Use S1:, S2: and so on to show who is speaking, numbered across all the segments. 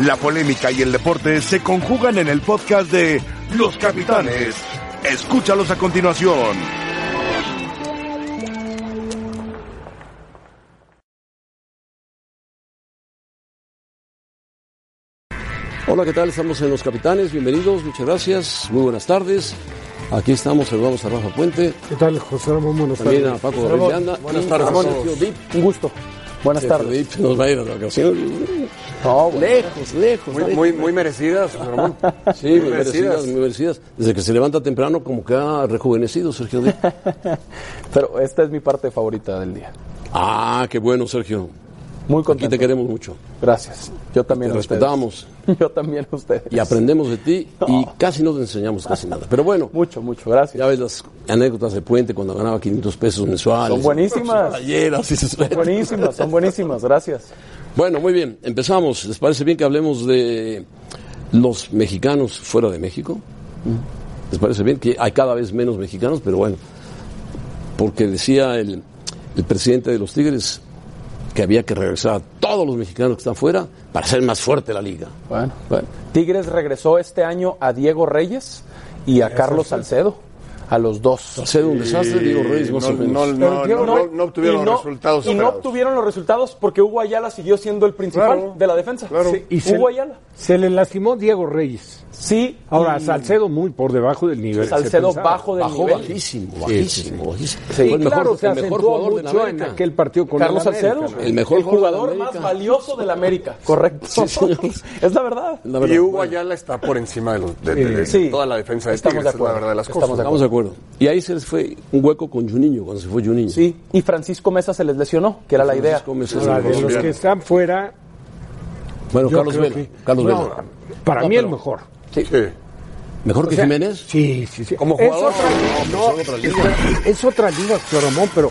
S1: La polémica y el deporte se conjugan en el podcast de Los Capitanes. Escúchalos a continuación.
S2: Hola, ¿qué tal? Estamos en Los Capitanes. Bienvenidos, muchas gracias. Muy buenas tardes. Aquí estamos, saludamos a Rafa Puente.
S3: ¿Qué tal, José Ramón? Buenas
S2: También a
S3: tardes.
S2: Paco Gabriel de Anda.
S3: Buenas
S2: y
S3: tardes.
S2: Ramón,
S3: a todos.
S2: el tío Vip.
S4: Un gusto. Buenas
S2: El
S4: tardes. Oh,
S2: Vip nos va a ir a la ocasión. Lejos, lejos.
S5: Muy,
S2: lejos.
S5: muy, muy merecidas, José Ramón.
S2: Sí, muy merecidas, muy merecidas. Desde que se levanta temprano, como que ha rejuvenecido Sergio Dip.
S4: Pero esta es mi parte favorita del día.
S2: Ah, qué bueno, Sergio.
S4: Muy
S2: Aquí
S4: contento.
S2: te queremos mucho.
S4: Gracias. Yo también.
S2: Te
S4: a ustedes.
S2: respetamos
S4: Yo también a ustedes.
S2: y aprendemos de ti y casi no te enseñamos casi nada. Pero bueno,
S4: Mucho, mucho. Gracias.
S2: ya ves las anécdotas de Puente cuando ganaba 500 pesos mensuales.
S4: Son buenísimas.
S2: Playeras y sus-
S4: Buenísimas, son buenísimas. Gracias.
S2: Bueno, muy bien, empezamos. ¿Les parece bien que hablemos de los mexicanos fuera de México? ¿Les parece bien que hay cada vez menos mexicanos? Pero bueno, porque decía el, el presidente de los Tigres que había que regresar a todos los mexicanos que están fuera para hacer más fuerte la liga.
S4: Bueno.
S2: Bueno,
S4: Tigres regresó este año a Diego Reyes y a Carlos Salcedo. A los dos.
S2: hacer un desastre, Diego Reyes, más
S5: no,
S2: o menos.
S5: no, no,
S4: Pero
S5: no, no obtuvieron
S4: y
S5: los resultados
S4: Y no
S5: esperados.
S4: obtuvieron los resultados porque Hugo Ayala siguió siendo el principal
S5: Claro,
S4: de la defensa.
S5: claro.
S4: Sí,
S3: Y se,
S4: Hugo Ayala.
S3: se le lastimó Diego Reyes.
S4: Sí.
S3: Ahora,
S4: y
S3: Salcedo muy por debajo del nivel. que se
S4: Salcedo
S3: pensaba.
S4: bajo del
S2: Bajó
S4: nivel.
S2: bajísimo, bajísimo, bajísimo.
S4: Sí,
S2: Fue el mejor,
S3: Claro, se
S2: el mejor
S3: acentuó
S2: jugador de la
S3: mucho en
S2: América.
S3: aquel partido con
S4: Carlos
S3: el América,
S4: Salcedo,
S3: ¿no?
S2: El mejor
S4: el
S2: jugador
S4: jugador
S2: de América.
S4: más valioso del América. Correcto.
S2: Sí, señor.
S4: Es la verdad.
S2: La verdad,
S5: y Hugo
S2: bueno.
S5: Ayala está por encima de, los, de, de- de
S4: Sí.
S5: toda la defensa de
S4: Estamos
S5: Tigres,
S4: de
S5: es la
S4: acuerdo.
S5: verdad de las
S4: Estamos
S5: cosas.
S2: Estamos de acuerdo. Y ahí se les fue un hueco con Juninho, cuando se fue Juninho.
S4: Sí, y Francisco Mesa se les lesionó, que era la idea.
S2: Francisco Mesa
S3: Ahora,
S2: se
S3: de los
S2: lesionó.
S3: que están fuera,
S2: Bueno,
S3: yo
S2: Carlos
S3: creo
S2: Vela.
S3: que-
S2: Carlos
S3: No,
S2: Vela.
S3: Para mí el mejor.
S5: Sí.
S2: ¿Mejor que Jiménez?
S3: Sí, sí, sí.
S5: Como
S3: es
S5: jugador,
S3: otra,
S2: Pues
S3: liga, no, es- es otra liga, José Ramón, pero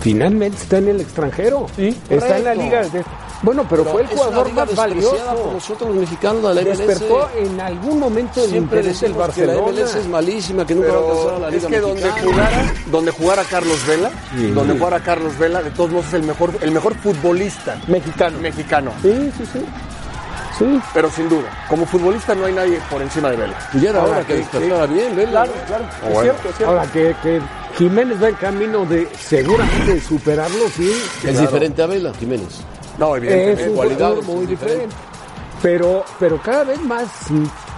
S3: finalmente está en el extranjero.
S4: Sí,
S3: está en la
S4: correcto.
S3: liga. de- bueno, pero, fue el
S2: Es una
S3: jugador
S2: liga
S3: más
S2: despreciada por
S3: valioso.
S2: nosotros los mexicanos la MLS.
S3: Despertó en algún momento el
S2: Siempre
S3: interés del
S2: decimos que la
S3: Barcelona.
S2: MLS es malísima, que nunca va a alcanzar a la
S5: Pero
S2: Liga
S5: es que donde
S2: Mexicana.
S5: jugara, donde jugara Carlos Vela, donde jugara Carlos Vela, de todos modos es el mejor, el mejor futbolista
S4: Mexicano.
S5: mexicano.
S3: Sí, sí, sí. Sí.
S5: Pero sin duda, como futbolista no hay nadie por encima de Vela.
S2: Y era
S3: Ahora
S2: hora que
S3: que-
S2: despertara bien, Vela.
S4: Claro, claro. Es
S5: bueno.
S4: cierto, es cierto.
S3: Ahora que, que Jiménez va en camino de seguramente de superarlo, sí.
S2: Es diferente a Vela, Jiménez.
S5: No,
S3: Es
S5: evidentemente.
S3: un jugador
S2: cualidades
S3: muy
S2: es
S3: diferente. Pero, pero cada vez más,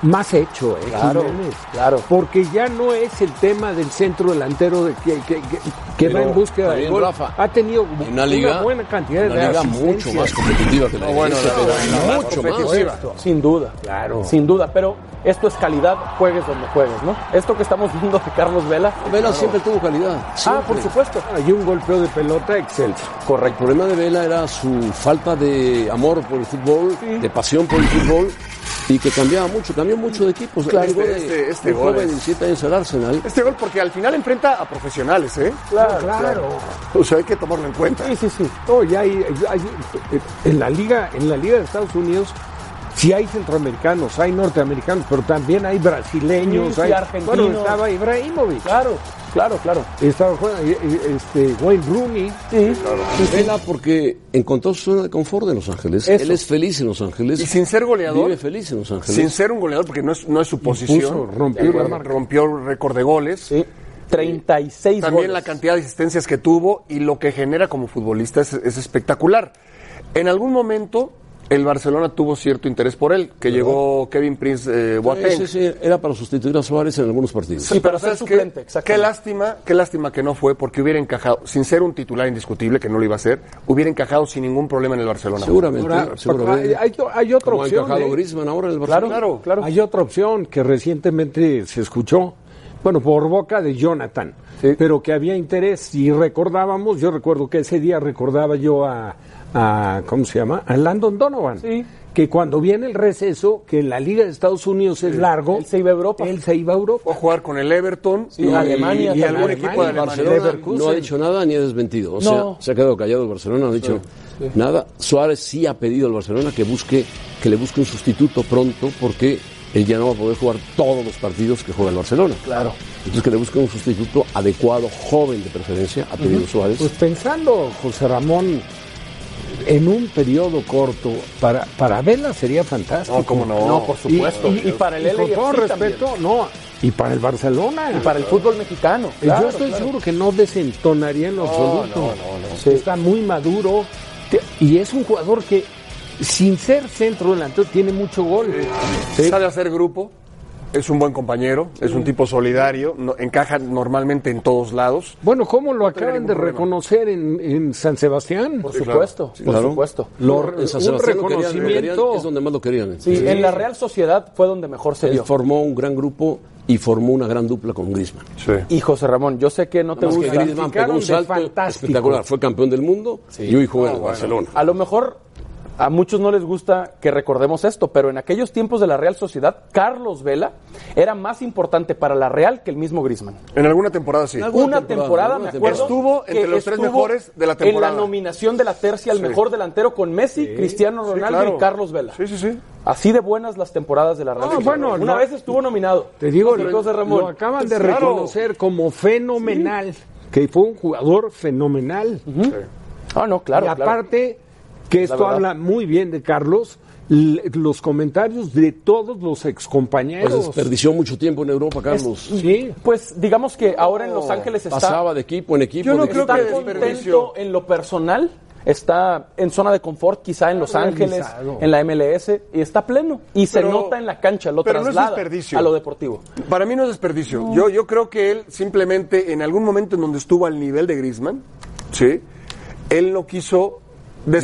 S3: más hecho, ¿eh?
S4: Claro,
S3: Jiménez.
S4: claro.
S3: Porque ya no es el tema del centro delantero de que, que- que- que va en búsqueda de
S2: también,
S3: gol.
S2: Rafa,
S3: ha tenido
S2: En una liga,
S3: buena cantidad de
S2: una liga mucho
S3: asistencias.
S2: más competitiva que la
S5: No, bueno,
S2: MLS,
S5: la-
S2: pero
S5: la- la-
S2: mucho
S5: la-
S2: más.
S5: competitiva.
S4: Sin duda.
S3: Claro.
S4: Sin duda, pero esto es calidad, juegues donde juegues, ¿no? Esto que estamos viendo de Carlos Vela.
S2: Vela siempre tuvo calidad.
S4: Ah,
S2: siempre.
S4: por supuesto.
S3: Y un golpeo de pelota excelso.
S2: El
S4: Correcto.
S2: problema de Vela era su falta de amor por el fútbol, de pasión por el fútbol, y que cambiaba mucho, cambió mucho de equipos.
S5: Claro,
S2: Llegó de-
S5: este- este
S2: un
S5: gol
S2: joven
S5: es-
S2: de 17 años al Arsenal.
S5: Este gol porque al final enfrenta a profesionales, ¿eh?
S4: Claro,
S5: O sea, hay que tomarlo en cuenta.
S3: Sí, sí, sí. No, ya hay, hay- en la liga, en la liga de Estados Unidos, sí hay centroamericanos, hay norteamericanos, pero también hay brasileños,
S4: Sí, sí,
S3: hay
S4: argentinos.
S3: Bueno, estaba Ibrahimovic,
S4: Claro, claro, claro.
S3: estaba Juan- eh, eh, este Wayne Rooney.
S4: Sí.
S2: Vela porque encontró su zona de confort en Los Ángeles.
S4: Eso.
S2: Él es feliz en Los Ángeles.
S5: Y sin ser goleador,
S2: Vive feliz en Los
S5: sin
S2: Ángeles.
S5: ser un goleador, porque no es, no es su posición.
S3: rompió
S5: Eh,
S3: la marca.
S5: rompió récord de goles.
S4: Sí. 36
S5: También la
S4: goles.
S5: cantidad de asistencias que tuvo y lo que genera como futbolista es, es espectacular. En algún momento el Barcelona tuvo cierto interés por él, que llegó Kevin Prince eh, Boateng.
S2: Sí, sí, era para sustituir a Suárez en algunos partidos.
S4: Sí, para ser
S5: ¿sabes qué?
S4: suplente,
S5: qué,
S4: exactamente.
S5: lástima, qué lástima que no fue porque hubiera encajado, sin ser un titular indiscutible que no lo iba a ser, hubiera encajado sin ningún problema en el Barcelona.
S2: Seguramente,
S3: Ahora,
S2: seguramente.
S3: hay, hay otra
S2: Como ha
S3: opción.
S2: encajado
S3: ¿eh?
S2: Griezmann ahora en el Barcelona.
S5: Claro, claro.
S3: Hay otra opción que recientemente se escuchó, bueno, por boca de Jonathan, pero que había interés y recordábamos, yo recuerdo que ese día recordaba yo a, a ¿cómo se llama? A Landon Donovan.
S4: Sí.
S3: Que cuando viene el receso, que la Liga de Estados Unidos es largo,
S4: Él se iba a Europa.
S3: Él se iba a Europa.
S5: Fue a jugar con el Everton
S4: Sí, Alemania
S5: y
S4: también.
S5: algún equipo de
S2: El
S5: Alemania.
S2: Barcelona
S3: Leverkusen.
S2: no ha dicho nada ni ha desmentido. O sea,
S4: No.
S2: se ha quedado callado el Barcelona, no ha dicho nada. Suárez sí ha pedido al Barcelona que busque, que le busque un sustituto pronto porque él ya no va a poder jugar todos los partidos que juega el Barcelona.
S4: Claro.
S2: Entonces que le busque un sustituto adecuado, joven de preferencia, ha pedido Suárez.
S3: Pues pensando, José Ramón, en un periodo corto, para, para Vela sería fantástico.
S5: No, cómo no.
S4: No, por supuesto.
S3: Y, y-
S4: Y para el
S3: y con
S4: LAFC
S3: todo
S4: también.
S3: respeto, no. Y para el Barcelona.
S4: Y para el fútbol mexicano.
S3: Yo
S4: claro,
S3: estoy
S4: claro.
S3: seguro que no desentonaría en lo absoluto.
S4: Sí.
S3: Está muy maduro te- y es un jugador que, sin ser centro delantero, tiene mucho gol. Sí.
S5: Sabe hacer grupo, es un buen compañero, es un tipo solidario, no- encaja normalmente en todos lados.
S3: Bueno, ¿cómo lo acaban
S5: ningún
S3: de
S5: problema.
S3: reconocer en, en San Sebastián?
S4: Por
S5: Sí, claro.
S4: supuesto,
S5: Sí,
S4: por
S2: claro.
S4: supuesto.
S3: Lo-
S2: En San
S3: un
S2: Sebastián lo querían, lo querían,
S3: reconocimiento.
S2: es donde más lo querían.
S4: Sí, en la Real Sociedad fue donde mejor se
S2: Él
S4: dio.
S2: formó un gran grupo y formó una gran dupla con Griezmann.
S4: Y José Ramón, yo sé que no te
S2: Nada más que
S4: gusta.
S2: Griezmann pegó un
S3: de
S2: salto
S3: fantástico.
S2: espectacular. Fue campeón del mundo y hoy juega en el Barcelona.
S4: A lo mejor a muchos no les gusta que recordemos esto, pero en aquellos tiempos de la Real Sociedad, Carlos Vela era más importante para la Real que el mismo Griezmann.
S5: En alguna temporada sí.
S2: Alguna
S4: Una temporada,
S2: alguna
S4: me acuerdo,
S5: Estuvo
S4: que
S5: entre los tres
S4: estuvo
S5: mejores de la temporada.
S4: En la nominación de la tercia al
S5: Sí.
S4: mejor delantero con Messi, Cristiano
S5: Sí,
S4: Ronaldo
S5: claro.
S4: y Carlos Vela.
S5: Sí, sí, sí.
S4: Así de buenas las temporadas de la Real.
S3: Ah,
S4: Sociedad.
S3: bueno,
S4: una
S3: no.
S4: vez estuvo nominado.
S3: Te digo,
S4: José
S3: lo,
S4: José Ramón.
S3: lo acaban de
S5: Claro.
S3: reconocer como fenomenal, que fue un jugador fenomenal.
S4: Ah, no, claro.
S3: y
S4: claro.
S3: aparte, que esto
S4: verdad.
S3: habla muy bien de Carlos, l- los comentarios de todos los
S2: Pues
S3: excompañeros.
S2: desperdició mucho tiempo en Europa, Carlos.
S3: sí.
S4: Pues digamos que ahora en Los Ángeles está
S2: Pasaba de equipo en equipo.
S5: Yo no
S2: de equipo
S5: creo
S4: está
S5: que
S2: en equipo.
S4: contento en lo personal, está en zona de confort, quizá en Los Ángeles,
S3: Realizado.
S4: en la MLS, y está pleno. Y se
S5: Pero-
S4: nota en la cancha, lo
S5: pero no es
S4: traslada
S5: desperdicio.
S4: a lo deportivo.
S5: Para mí no es desperdicio. Yo, yo creo que él simplemente en algún momento en donde estuvo al nivel de Griezmann, ¿sí? Él no quiso
S2: Mucho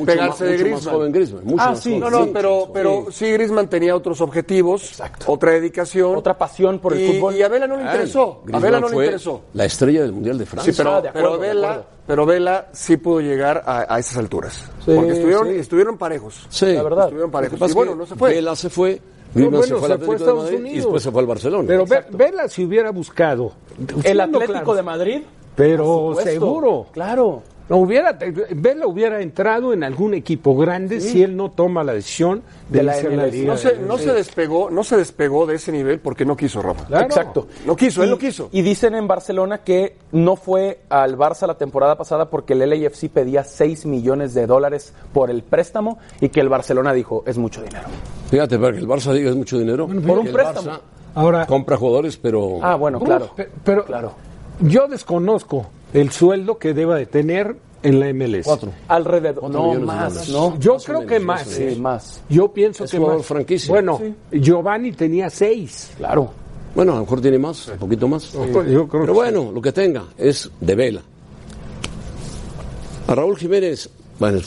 S2: más-
S5: despegarse de
S2: mucho
S5: Griezmann.
S2: más joven Griezmann. mucho
S4: Ah,
S2: más
S4: sí.
S2: joven.
S5: No, no,
S2: Sí,
S5: pero,
S2: sí.
S5: pero sí, Griezmann tenía otros objetivos, otra dedicación.
S4: Otra pasión por el
S5: y-
S4: fútbol.
S5: Y a Vela no le
S2: Ah,
S5: interesó. A
S2: Griezmann
S5: Vela no le
S2: fue
S5: interesó.
S2: La estrella del Mundial de Francia.
S5: Sí, pero,
S4: Ah, de acuerdo,
S5: pero
S4: de
S5: Vela,
S4: acuerdo.
S5: pero Vela sí pudo llegar a, a esas alturas. porque estuvieron,
S3: sí.
S5: estuvieron parejos.
S2: Sí.
S4: La verdad.
S5: Estuvieron
S2: Lo que
S5: parejos.
S2: pasa
S5: Y
S2: es
S5: bueno,
S2: que
S5: no se fue.
S2: Vela se fue, Griezmann
S3: bueno,
S2: se fue al
S3: se fue a
S2: Atlético de
S3: Estados
S2: Madrid y
S3: Unidos.
S2: después se fue al Barcelona.
S3: Pero Ve- Vela si hubiera buscado.
S4: El
S3: siendo
S4: Atlético
S3: claro,
S4: de Madrid.
S3: Pero
S4: por
S5: Pues
S4: supuesto.
S3: seguro.
S4: Claro.
S3: No hubiera, Vela hubiera entrado en algún equipo grande si él no toma la decisión de,
S4: De la
S3: irse a la
S4: MLS.
S3: Liga.
S5: No se, no se despegó, no se despegó de ese nivel porque no quiso Rafa.
S3: Claro.
S4: Exacto.
S5: No quiso, él
S4: Y-
S5: no quiso.
S4: Y dicen en Barcelona que no fue al Barça la temporada pasada porque el LAFC pedía 6 millones de dólares por el préstamo y que el Barcelona dijo, es mucho dinero.
S2: Fíjate, para que el Barça diga es mucho dinero.
S4: Por un
S2: el
S4: préstamo.
S2: Barça
S3: Ahora,
S2: compra jugadores, pero.
S4: Ah, bueno,
S3: Uf,
S4: claro.
S3: pe- Pero
S4: claro.
S3: yo desconozco el sueldo que deba de tener en la MLS.
S2: Cuatro.
S4: Alrededor. No,
S2: millones de
S4: más,
S2: dólares.
S4: ¿no?
S3: Yo
S2: Más o
S3: creo
S2: menos,
S3: que
S2: más
S3: más.
S2: o
S4: Sí, más.
S3: Yo pienso
S2: Es
S3: que
S2: jugador
S3: más.
S2: franquicia.
S3: Bueno, Giovanni tenía seis.
S4: Claro.
S2: Bueno, a lo mejor tiene más, un poquito más.
S3: Pues yo creo que
S2: Pero bueno, lo que tenga es de vela. A Raúl Jiménez, bueno,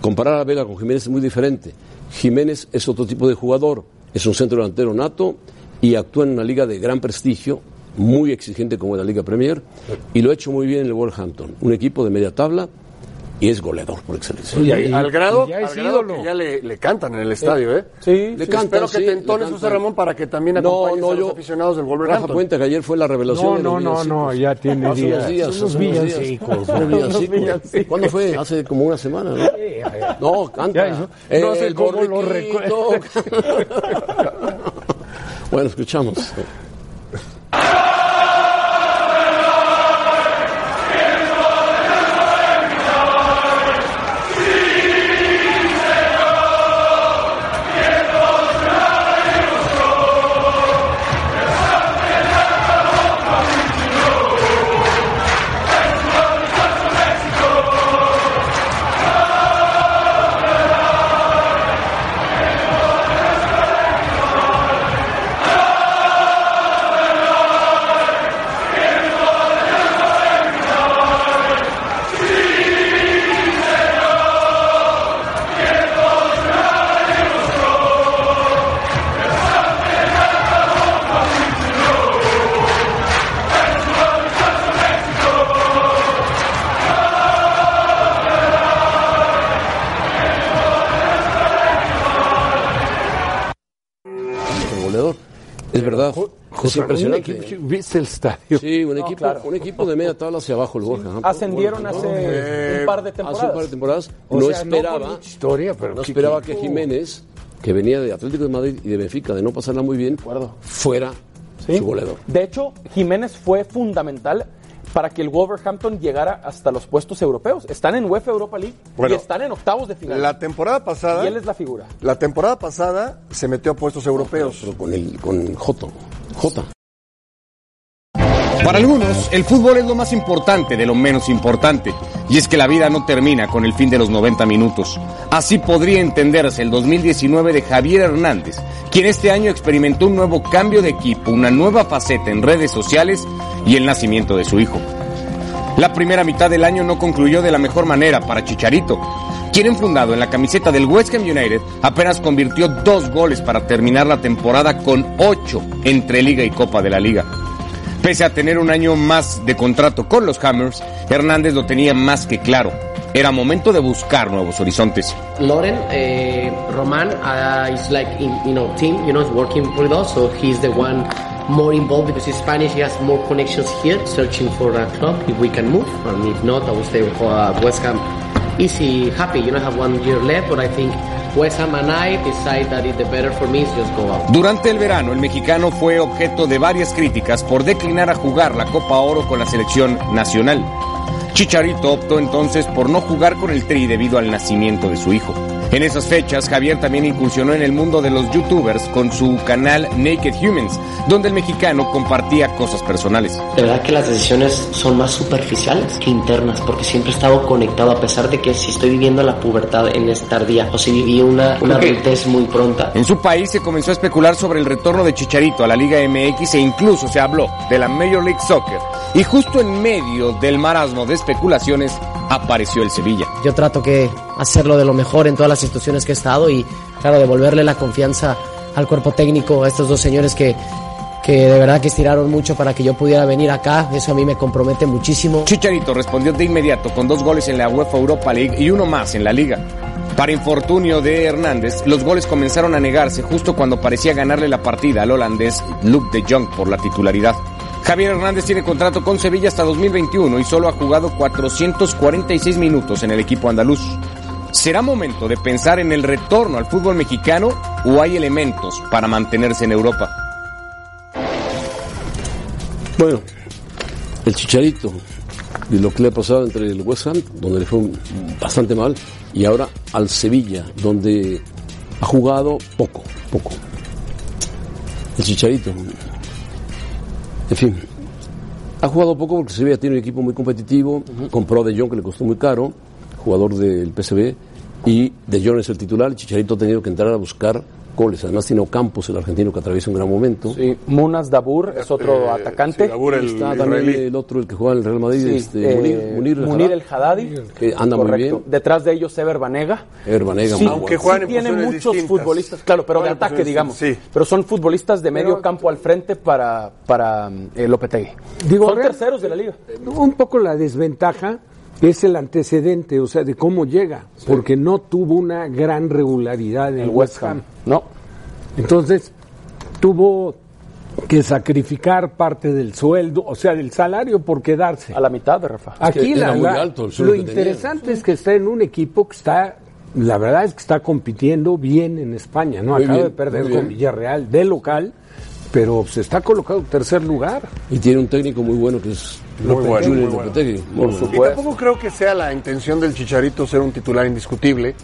S2: comparar a Vela con Jiménez es muy diferente. Jiménez es otro tipo de jugador, es un centro delantero nato y actúa en una liga de gran prestigio, muy exigente como la Liga Premier, y lo ha hecho muy bien en el Wolverhampton, un equipo de media tabla y es goleador por excelencia.
S3: Y ahí-
S5: Al grado,
S3: y ya
S5: al
S3: es
S5: grado
S3: ídolo.
S5: que ya le, le cantan en el estadio, ¿eh?
S4: Sí,
S2: Le
S4: sí.
S2: cantan,
S5: Espero que
S2: sí,
S5: te
S2: le
S5: entones,
S2: cantan.
S5: José Ramón, para que también acompañes a los aficionados del
S2: Rafa pues,
S5: Wolverhampton.
S2: cuenta que ayer fue la revelación.
S3: No,
S2: de
S3: no,
S2: los
S3: no,
S2: villancicos.
S3: no, ya
S2: Hace
S3: tiene
S2: unos
S3: días.
S2: días.
S3: Unos
S2: hace unos días.
S3: villancicos.
S2: Unos villancicos.
S4: villancicos.
S2: ¿Cuándo fue? Hace como una semana, ¿no? No, canta.
S3: Ya, yo- no sé
S2: El
S3: cómo lo
S2: borriquito.
S3: recuerdo.
S2: bueno, escuchamos. El goleador. Es verdad. Es
S3: José Ramón,
S2: impresionante.
S3: ¿Viste el estadio?
S2: Sí, un equipo,
S4: claro.
S2: un equipo de media tabla hacia abajo, el Borja.
S4: Ascendieron hace un par de
S2: eh, Hace un par de
S4: temporadas.
S2: temporadas.
S3: O
S2: no
S3: sea, no
S2: esperaba.
S3: con mucha historia, pero
S2: no
S3: qué
S2: esperaba que
S3: equipo.
S2: Jiménez, que venía de Atlético de Madrid y de Benfica, de no pasarla muy bien,
S4: acuerdo.
S2: fuera
S4: Sí.
S2: su goleador.
S4: De hecho, Jiménez fue fundamental para que el Wolverhampton llegara hasta los puestos europeos. Están en UEFA Europa League
S5: Bueno,
S4: y están en octavos de final.
S5: La temporada pasada.
S4: y él es la figura.
S5: La temporada pasada se metió a puestos europeos.
S2: Con el con Joto. Jota.
S6: Para algunos, el fútbol es lo más importante de lo menos importante, y es que la vida no termina con el fin de los 90 minutos. Así podría entenderse el 2019 de Javier Hernández, quien este año experimentó un nuevo cambio de equipo, una nueva faceta en redes sociales y el nacimiento de su hijo. La primera mitad del año no concluyó de la mejor manera para Chicharito, quien enfundado en la camiseta del West Ham United apenas convirtió dos goles para terminar la temporada con ocho entre Liga y Copa de la Liga. Pese a tener un año más de contrato con los Hammers, Hernández lo tenía más que claro. Era momento de buscar nuevos horizontes.
S7: Lauren uh, Roman uh, is like in you know team you know is working with us so he's the one more involved because he's Spanish he has more connections here searching for a club if we can move and if not I will stay with uh, West Ham easy happy you know I have one year left but I think West Ham and I decide that it's the better for me is just go out
S6: Durante el verano, el mexicano fue objeto de varias críticas por declinar a jugar la Copa Oro con la selección nacional. Chicharito optó entonces por no jugar con el Tri debido al nacimiento de su hijo. En esas fechas, Javier también incursionó en el mundo de los youtubers con su canal Naked Humans, donde el mexicano compartía cosas personales.
S7: De verdad que las decisiones son más superficiales que internas, porque siempre he estado conectado, a pesar de que si estoy viviendo la pubertad en es tardía, o si viví una, una
S6: Ok.
S7: adultez muy pronta.
S6: En su país se comenzó a especular sobre el retorno de Chicharito a la Liga MX e incluso se habló de la Major League Soccer. Y justo en medio del marasmo de especulaciones apareció el Sevilla.
S7: Yo trato que hacerlo de lo mejor en todas las instituciones que he estado y, claro, devolverle la confianza al cuerpo técnico, a estos dos señores que, que de verdad que estiraron mucho para que yo pudiera venir acá. Eso a mí me compromete muchísimo.
S6: Chicharito respondió de inmediato con dos goles en la UEFA Europa League y uno más en la Liga. Para infortunio de Hernández, los goles comenzaron a negarse justo cuando parecía ganarle la partida al holandés Luke de Jong por la titularidad. Javier Hernández tiene contrato con Sevilla hasta 2021 y solo ha jugado 446 minutos en el equipo andaluz. ¿Será momento de pensar en el retorno al fútbol mexicano o hay elementos para mantenerse en Europa?
S2: Bueno, el Chicharito y lo que le ha pasado entre el West Ham, donde le fue un- bastante mal, y ahora al Sevilla, donde ha jugado poco, poco. El Chicharito. En fin, ha jugado poco porque Sevilla tiene un equipo muy competitivo, compró a De Jong que le costó muy caro, jugador del PSV, y De Jong es el titular, el Chicharito ha tenido que entrar a buscar goles, además tiene Ocampos, el argentino que atraviesa un gran momento.
S4: Sí, Munas Dabur
S5: Eh,
S4: es otro atacante.
S2: Está Ah, también el otro, el que juega en el Real Madrid,
S4: Sí,
S2: este,
S4: eh,
S2: Munir, Munir, Haddad,
S4: el Haddadi.
S2: que anda muy
S4: Correcto.
S2: bien.
S4: Detrás de ellos, Ever Banega.
S2: Ever Banega,
S4: Sí,
S2: muy
S5: Aunque
S2: bueno.
S5: juegan en
S4: tiene
S5: posiciones
S4: muchos
S5: distintas.
S4: futbolistas, claro, pero de
S5: Juegan en
S4: ataque, digamos.
S5: posiciones- sí.
S4: Pero son futbolistas de medio campo al frente para, para mm, eh, Lopetegui.
S3: Digo,
S4: son
S3: Real-
S4: terceros de la liga.
S3: Un poco la desventaja es el antecedente, o sea, de cómo llega, porque no tuvo una gran regularidad en
S4: El West Ham. No.
S3: Entonces, tuvo que sacrificar parte del sueldo, o sea, del salario por quedarse.
S4: A la mitad de Rafa.
S3: Aquí
S2: era
S3: la-
S2: muy
S3: la-
S2: alto el sueldo
S3: lo
S2: que tenía.
S3: interesante es que está en un equipo que está, la verdad es que está compitiendo bien en España, ¿no?
S2: Muy
S3: Acaba
S2: bien,
S3: de perder
S2: muy bien.
S3: con Villarreal de local, pero se está colocado en tercer lugar.
S2: Y tiene un técnico muy bueno que es Lopetegui,
S5: bueno, muy
S2: Julian
S5: bueno.
S2: Lopetegui, muy bueno.
S5: Y tampoco creo que sea la intención del Chicharito ser un titular indiscutible.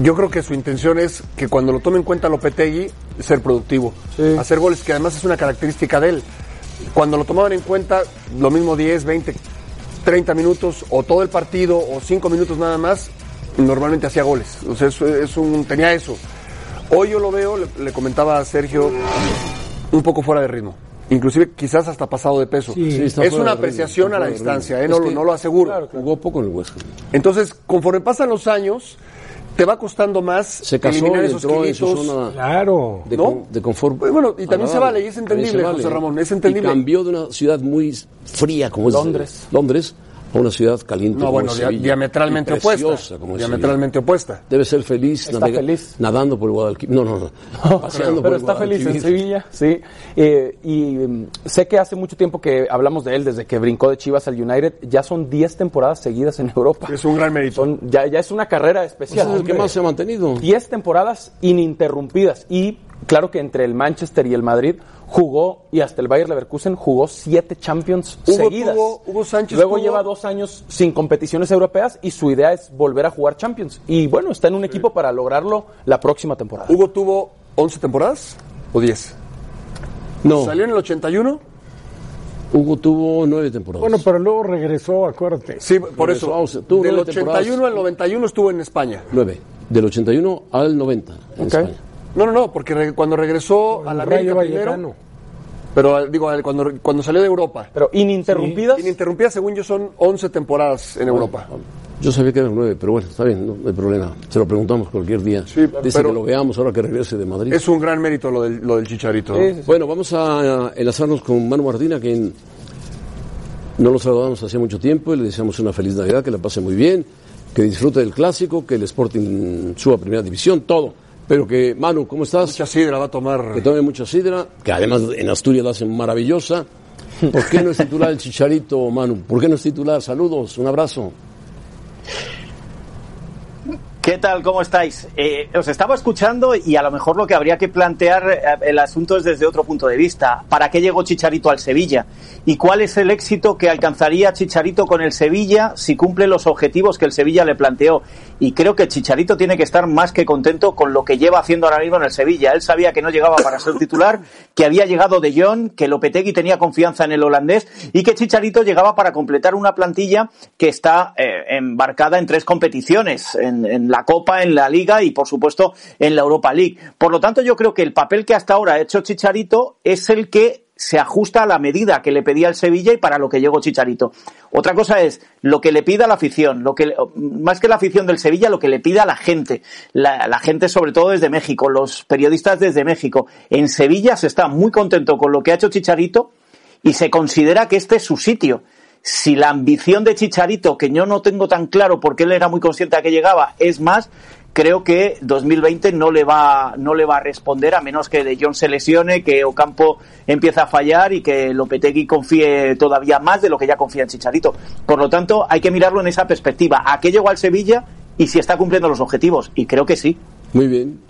S5: Yo creo que su intención es que cuando lo tome en cuenta Lopetegui, ser productivo, hacer goles, que además es una característica de él. Cuando lo tomaban en cuenta, lo mismo 10, 20, 30 minutos, o todo el partido, o 5 minutos nada más, normalmente hacía goles. O sea, es, es un, tenía eso. Hoy yo lo veo, le- le comentaba a Sergio, un poco fuera de ritmo. Inclusive quizás hasta pasado de peso.
S2: Sí, está
S5: es
S2: fuera
S5: una
S2: de ritmo,
S5: apreciación
S2: está
S5: a
S2: fuera
S5: la
S2: de ritmo.
S5: distancia, ¿eh?
S2: Es
S5: no, lo-
S2: que-
S5: no lo aseguro.
S2: Jugó poco en el West Ham.
S5: Entonces, conforme pasan los años, te va costando más
S2: Se casó y
S5: eliminar esos
S2: entró en su
S5: kilitos.
S2: zona
S3: Claro.
S2: de,
S5: ¿No?
S2: con- de confort.
S5: Pues bueno, y también se
S2: agradable.
S5: vale, y es entendible,
S2: También se
S5: José Ramón, es
S2: Y
S5: entendible.
S2: cambió de una ciudad muy fría como es
S4: Londres.
S2: Londres a una ciudad caliente
S5: No,
S2: como
S5: bueno,
S2: es
S5: dia-
S2: Sevilla.
S5: diametralmente
S2: Y
S5: opuesta.
S2: preciosa como es
S5: diametralmente opuesta.
S2: Sevilla. Debe ser feliz,
S4: Está
S2: navega-
S4: feliz.
S2: nadando por el Guadalquivir. No, no, no. paseando por
S4: pero
S2: el
S4: está feliz en
S2: Guadalquivir.
S4: Sevilla, sí. Eh, y mm, sé que hace mucho tiempo que hablamos de él, desde que brincó de Chivas al United, ya son 10 temporadas seguidas en Europa.
S5: Es un gran mérito.
S4: Son- ya, ya Pues es una carrera especial.
S2: Ese es el que más se ha mantenido.
S4: 10 temporadas ininterrumpidas y claro que entre el Manchester y el Madrid jugó, y hasta el Bayer Leverkusen jugó siete Champions
S5: Hugo
S4: seguidas.
S5: tuvo- Hugo Sánchez
S4: Luego
S5: tuvo-
S4: lleva dos años sin competiciones europeas y su idea es volver a jugar Champions. Y bueno, está en un equipo para lograrlo la próxima temporada.
S5: Hugo tuvo 11 temporadas o 10.
S2: No,
S5: Salió en el 81.
S2: Hugo tuvo nueve temporadas.
S3: Bueno, pero luego regresó, acuérdate.
S5: Sí, por
S2: Regresó
S5: eso.
S2: a once. Tuvo
S5: Del
S2: nueve temporadas.
S5: 81 al 91 estuvo en España.
S2: Nueve. Del 81 al 90 en España.
S5: No, no, no, porque re- cuando regresó a la
S3: Rayo
S5: América primero,
S3: Vallecano.
S5: pero ah, digo, ah, cuando, cuando salió de Europa.
S4: Pero ininterrumpidas.
S5: Ininterrumpida, según yo, son 11 temporadas
S2: Ah,
S5: en Europa.
S2: Yo sabía que eran nueve, pero bueno, está bien, no, no hay problema. Se lo preguntamos cualquier día.
S5: Sí,
S2: Dice
S5: pero-
S2: que lo veamos ahora que regrese de Madrid.
S5: Es un gran mérito lo del, lo del Chicharito. ¿no?
S2: Bueno, vamos a enlazarnos con Manu Martina, quien no lo saludamos hace mucho tiempo y le deseamos una feliz Navidad, que la pase muy bien, que disfrute del clásico, que el Sporting suba a primera división, todo. Pero que, Manu, ¿cómo estás?
S5: Mucha sidra va a tomar.
S2: que tome mucha sidra, que además en Asturias la hacen maravillosa. ¿Por qué no es titular el Chicharito, Manu? ¿Por qué no es titular? Saludos, un abrazo.
S8: ¿Qué tal? ¿Cómo estáis? Eh, os estaba escuchando y a lo mejor lo que habría que plantear eh, el asunto es desde otro punto de vista. ¿Para qué llegó Chicharito al Sevilla? ¿Y cuál es el éxito que alcanzaría Chicharito con el Sevilla si cumple los objetivos que el Sevilla le planteó? Y creo que Chicharito tiene que estar más que contento con lo que lleva haciendo ahora mismo en el Sevilla. Él sabía que no llegaba para ser titular, que había llegado De Jong, que Lopetegui tenía confianza en el holandés y que Chicharito llegaba para completar una plantilla que está eh, embarcada en tres competiciones, en, en la Copa, en la Liga y por supuesto en la Europa League. Por lo tanto, yo creo que el papel que hasta ahora ha hecho Chicharito es el que se ajusta a la medida que le pedía el Sevilla y para lo que llegó Chicharito. Otra cosa es lo que le pida la afición, lo que le- más que la afición del Sevilla, lo que le pida la gente, la, la gente sobre todo desde México, los periodistas desde México. En Sevilla se está muy contento con lo que ha hecho Chicharito y se considera que este es su sitio. Si la ambición de Chicharito, que yo no tengo tan claro porque él era muy consciente a que llegaba, es más, creo que 2020 no le va, no le va a responder a menos que De Jong se lesione, que Ocampo empiece a fallar y que Lopetegui confíe todavía más de lo que ya confía en Chicharito. Por lo tanto, hay que mirarlo en esa perspectiva. ¿A qué llegó al Sevilla y si está cumpliendo los objetivos? Y creo que sí.
S2: Muy bien.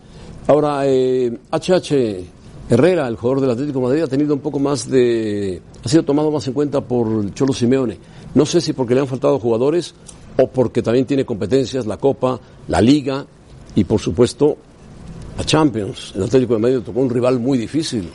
S2: Ahora, eh, HH Herrera, el jugador del Atlético de Madrid, ha tenido un poco más de. ha sido tomado más en cuenta por el Cholo Simeone. No sé si porque le han faltado jugadores o porque también tiene competencias, la Copa, la Liga y, por supuesto, la Champions. El Atlético de Madrid le tocó un rival muy difícil.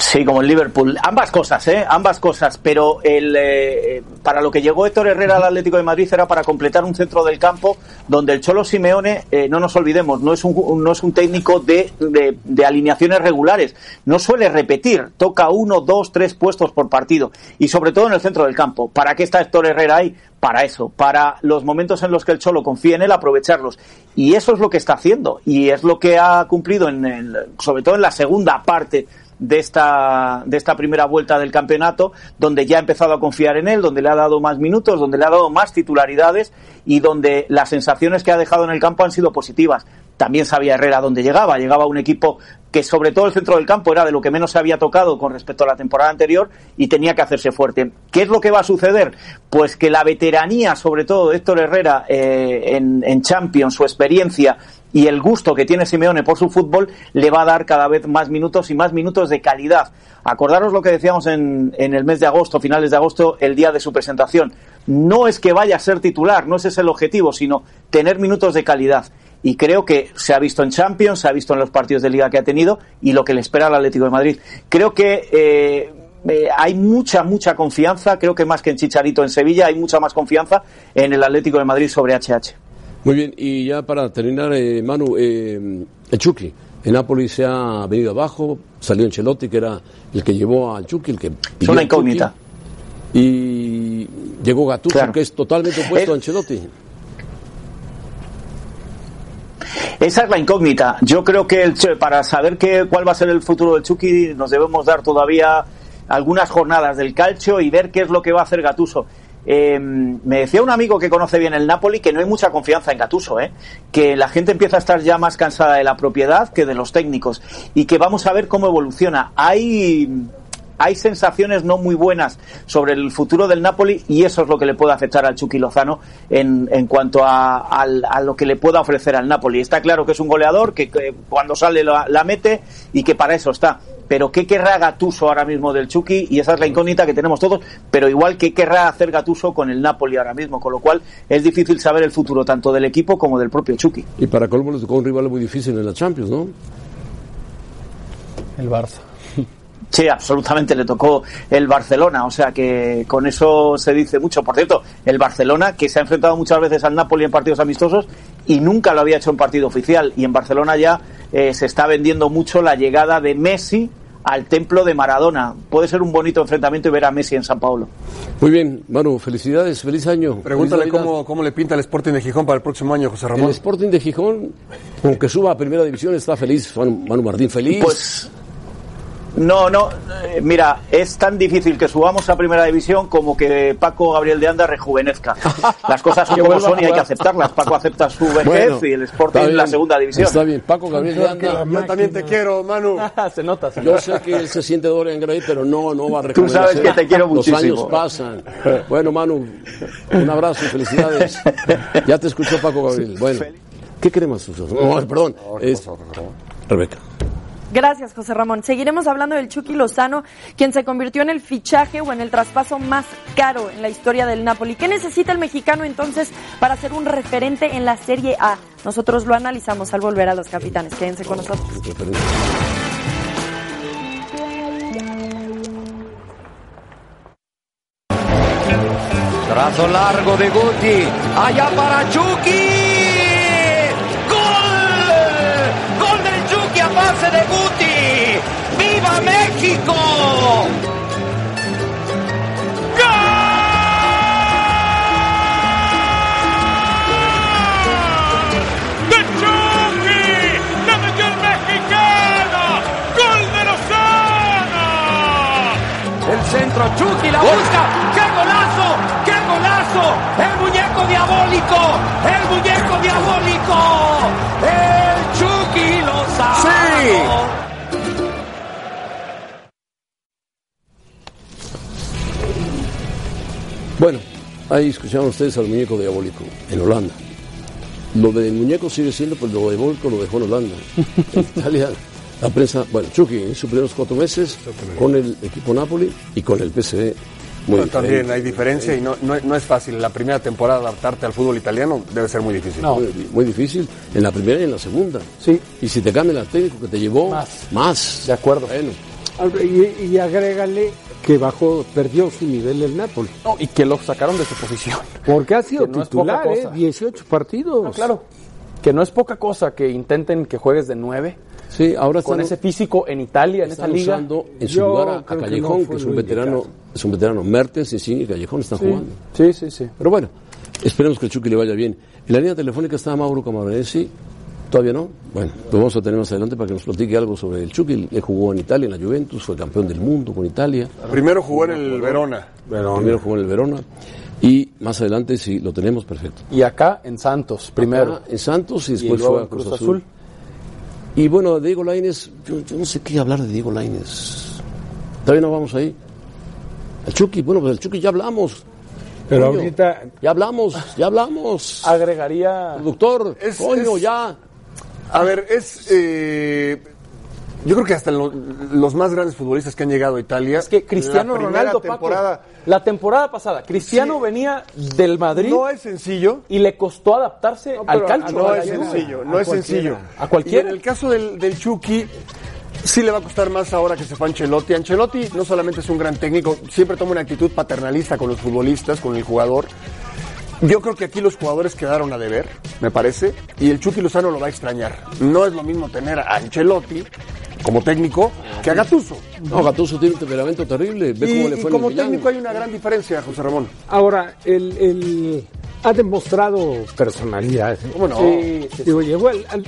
S8: Sí, como el Liverpool. Ambas cosas, ¿eh? Ambas cosas. Pero el, eh, eh, para lo que llegó Héctor Herrera al Atlético de Madrid era para completar un centro del campo donde el Cholo Simeone, eh, no nos olvidemos, no es un, ju- no es un técnico de, de- de alineaciones regulares. No suele repetir. Toca uno, dos, tres puestos por partido. Y sobre todo en el centro del campo. ¿Para qué está Héctor Herrera ahí? Para eso, para los momentos en los que el Cholo confía en él, aprovecharlos. Y eso es lo que está haciendo. Y es lo que ha cumplido, en el- sobre todo en la segunda parte de esta, de esta primera vuelta del campeonato, donde ya ha empezado a confiar en él, donde le ha dado más minutos, donde le ha dado más titularidades y donde las sensaciones que ha dejado en el campo han sido positivas. También sabía Herrera dónde llegaba, llegaba un equipo que sobre todo el centro del campo era de lo que menos se había tocado con respecto a la temporada anterior y tenía que hacerse fuerte. ¿Qué es lo que va a suceder? Pues que la veteranía, sobre todo de Héctor Herrera eh, en, en Champions, su experiencia, y el gusto que tiene Simeone por su fútbol le va a dar cada vez más minutos y más minutos de calidad. Acordaros lo que decíamos en, en el mes de agosto, finales de agosto, el día de su presentación. No es que vaya a ser titular, no ese es el objetivo, sino tener minutos de calidad. Y creo que se ha visto en Champions, se ha visto en los partidos de liga que ha tenido y lo que le espera al Atlético de Madrid. Creo que eh, eh, hay mucha, mucha confianza, creo que más que en Chicharito en Sevilla, hay mucha más confianza en el Atlético de Madrid sobre HH.
S2: Muy bien, y ya para terminar, eh, Manu, eh, el Chucky. En Nápoles se ha venido abajo, salió Ancelotti, que era el que llevó al Chucky, el que pidió
S8: una
S2: al Chucky,
S8: incógnita.
S2: y llegó Gattuso,
S8: Claro.
S2: que es totalmente
S8: El-
S2: opuesto a Ancelotti.
S8: Esa es la incógnita. Yo creo que el Che- para saber qué- cuál va a ser el futuro del Chucky nos debemos dar todavía algunas jornadas del calcio y ver qué es lo que va a hacer Gatuso. Em, me decía un amigo que conoce bien el Napoli que no hay mucha confianza en Gatuso, ¿eh? que la gente empieza a estar ya más cansada de la propiedad que de los técnicos y que vamos a ver cómo evoluciona. Hay Hay sensaciones no muy buenas sobre el futuro del Napoli y eso es lo que le puede afectar al Chucky Lozano en, en cuanto a, al- a lo que le pueda ofrecer al Napoli. Está claro que es un goleador, que, que cuando sale la, la mete y que para eso está. Pero ¿qué querrá Gatuso ahora mismo del Chucky? Y esa es la incógnita que tenemos todos, pero igual ¿qué querrá hacer Gatuso con el Napoli ahora mismo, con lo cual es difícil saber el futuro tanto del equipo como del propio Chucky.
S2: Y para Colmo le tocó un rival muy difícil en la Champions, ¿no?
S4: El Barça.
S8: Sí, absolutamente le tocó el Barcelona, o sea que con eso se dice mucho. Por cierto, el Barcelona que se ha enfrentado muchas veces al Napoli en partidos amistosos y nunca lo había hecho en partido oficial. Y en Barcelona ya eh, se está vendiendo mucho la llegada de Messi al templo de Maradona. Puede ser un bonito enfrentamiento y ver a Messi en San Paulo.
S2: Muy bien, Manu, felicidades, feliz año.
S5: Pregúntale
S2: Feliz Navidad.
S5: cómo, cómo le pinta el Sporting de Gijón para el próximo año, José
S2: El
S5: Ramón.
S2: Sporting de Gijón, aunque suba a primera división, está feliz. Manu Manu Martín feliz.
S8: Pues no, no, eh, mira, es tan difícil que subamos a primera división como que Paco Gabriel de Anda rejuvenezca. Las cosas son
S4: Que
S8: como
S4: vuelva a
S8: son y hay que
S4: jugar.
S8: aceptarlas. Paco acepta su vejez
S2: Bueno,
S8: y el
S2: está
S8: Sporting
S2: bien,
S8: la segunda división.
S2: Está bien, Paco Gabriel de Anda.
S5: Yo también te quiero, Manu.
S4: se nota, se
S2: Yo sé que él se siente Dorian Gray, pero no, no va a
S8: Tú sabes
S2: reconocer.
S8: que te quiero
S2: Los años
S8: muchísimo.
S2: pasan. Bueno, Manu, un abrazo y felicidades. Ya te escuchó Paco Gabriel. Bueno, ¿qué cremas usas? No, perdón. es- Rebeca.
S9: Gracias, José Ramón. Seguiremos hablando del Chucky Lozano, quien se convirtió en el fichaje o en el traspaso más caro en la historia del Napoli. ¿Qué necesita el mexicano entonces para ser un referente en la Serie A? Nosotros lo analizamos al volver a los capitanes. Quédense con nosotros.
S10: Trazo largo de Guti. Allá para Chucky. ¡Gol! ¡Gol del Chucky a pase de Guti! ¡Viva México! ¡Gol! ¡De Chucky! ¡La metió el mexicano! ¡Gol de Lozano! El centro, Chucky la busca. ¡Qué golazo! ¡Qué golazo! El muñeco diabólico. El muñeco diabólico. El Chucky Lozano.
S5: Sí.
S2: Bueno, ahí escucharon ustedes al muñeco diabólico en Holanda. Lo del muñeco sigue siendo, pues lo diabólico lo dejó en Holanda. En Italia, la prensa, bueno, Chucky en sus primeros cuatro meses con el equipo Napoli y con el PSV. Muy
S5: Pero también
S2: diferente.
S5: hay diferencia y no, no, no es fácil. La primera temporada adaptarte al fútbol italiano debe ser muy difícil.
S2: Muy, muy difícil en la primera y en la segunda.
S3: Sí.
S2: Y si te cambian el técnico que te llevó,
S4: Más.
S2: más.
S4: De acuerdo.
S2: Bueno,
S3: Y, y agrégale que bajó, perdió su nivel el Napoli.
S4: No, y que lo sacaron de su posición.
S3: Porque ha sido
S4: Que no es
S3: titular,
S4: poca
S3: ¿eh?
S4: cosa.
S3: 18 partidos.
S5: Pues
S4: No, claro. Que no es poca cosa que intenten que juegues de nueve
S2: sí, ahora
S4: con
S2: están-
S4: ese físico en Italia, en esa
S2: Están
S4: liga.
S2: usando en su
S3: Yo
S2: lugar a- a,
S3: creo que
S2: Callejón,
S3: no
S2: que,
S3: fue
S2: es un
S3: lo
S2: veterano,
S3: indicado.
S2: es un veterano Mertens, Insigne y Callejón están jugando.
S4: Sí, sí, sí.
S2: Pero bueno, esperemos que el Chucky le vaya bien. En la línea telefónica está Mauro Camaronesi, todavía no. Bueno, lo vamos a tener más adelante para que nos platique algo sobre el Chucky. Le jugó en Italia, en la Juventus, fue campeón del mundo con Italia.
S5: Primero jugó en el Verona.
S2: Primero jugó en el Verona. Y más adelante, si lo tenemos, perfecto.
S4: Y acá en Santos, primero.
S2: Acá en Santos y
S4: y
S2: después
S4: luego
S2: fue a
S4: en
S2: Cruz,
S4: Cruz
S2: Azul.
S4: Azul.
S2: Y bueno, Diego Lainez, yo, yo no sé qué hablar de Diego Lainez. Todavía no vamos ahí. El Chucky, bueno, pues el Chucky ya hablamos.
S3: Pero
S2: Coño,
S3: ahorita
S2: Ya hablamos, ya hablamos.
S4: Agregaría.
S2: Productor,
S5: Ah, Es-
S2: coño,
S5: es-
S2: ya.
S5: A ver, es. eh, yo creo que hasta lo- los más grandes futbolistas que han llegado a Italia.
S4: Es que Cristiano
S5: la primera
S4: Ronaldo, Paco,
S5: temporada
S4: la temporada pasada, Cristiano
S5: Sí.
S4: venía del Madrid
S5: no es sencillo.
S4: y le costó adaptarse al calcio.
S5: No
S4: a la
S5: es
S4: Juve.
S5: sencillo, no
S3: A
S5: es sencillo.
S4: A cualquiera.
S5: Y en el caso del, del Chucky, sí le va a costar más ahora que se fue Ancelotti. Ancelotti no solamente es un gran técnico, siempre toma una actitud paternalista con los futbolistas, con el jugador. Yo creo que aquí los jugadores quedaron a deber, me parece, y el Chucky Lozano lo va a extrañar. No es lo mismo tener a Ancelotti como técnico que a Gattuso.
S2: No, Gattuso tiene un temperamento terrible. Ve cómo
S5: Y,
S2: le fue
S5: y
S2: en el
S5: como
S2: Milán.
S5: técnico hay una gran diferencia, José Ramón.
S3: Ahora, el, el- ha demostrado personalidad. ¿eh?
S5: ¿Cómo no?
S3: Sí, digo, llegó al- al-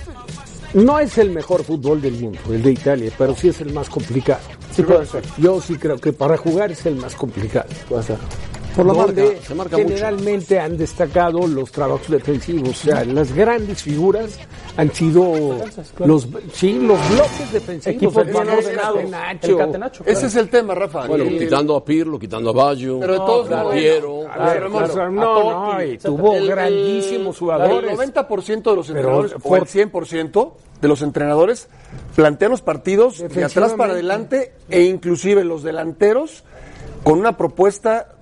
S3: no es el mejor fútbol del mundo, el de Italia, pero sí es el más complicado.
S4: Sí puede ser.
S3: Yo sí creo que para jugar es el más complicado.
S4: Puede ser.
S3: por la
S2: Marca,
S3: donde
S2: se marca mucho.
S3: generalmente han destacado los trabajos defensivos. O sea, las grandes figuras han sido los, sí, los bloques defensivos.
S4: Equipos
S3: el
S4: bien
S3: Manuel
S4: ordenados.
S3: Catenacho.
S4: El Catenacho,
S5: Ese es el tema, Rafa.
S2: Bueno,
S5: El-
S2: quitando a Pirlo, quitando a Bayo,
S5: Pero de todos modos,
S2: Piero.
S3: A ver,
S5: Claro,
S3: o sea,
S5: claro. A
S3: no, no,
S5: Totti,
S3: y
S5: etcétera.
S3: tuvo
S5: El- el-
S3: grandísimos
S5: El
S3: jugadores.
S5: 90% de los entrenadores, o
S3: por-
S5: el 100% de los entrenadores, plantean los partidos de atrás para adelante e inclusive los delanteros con una propuesta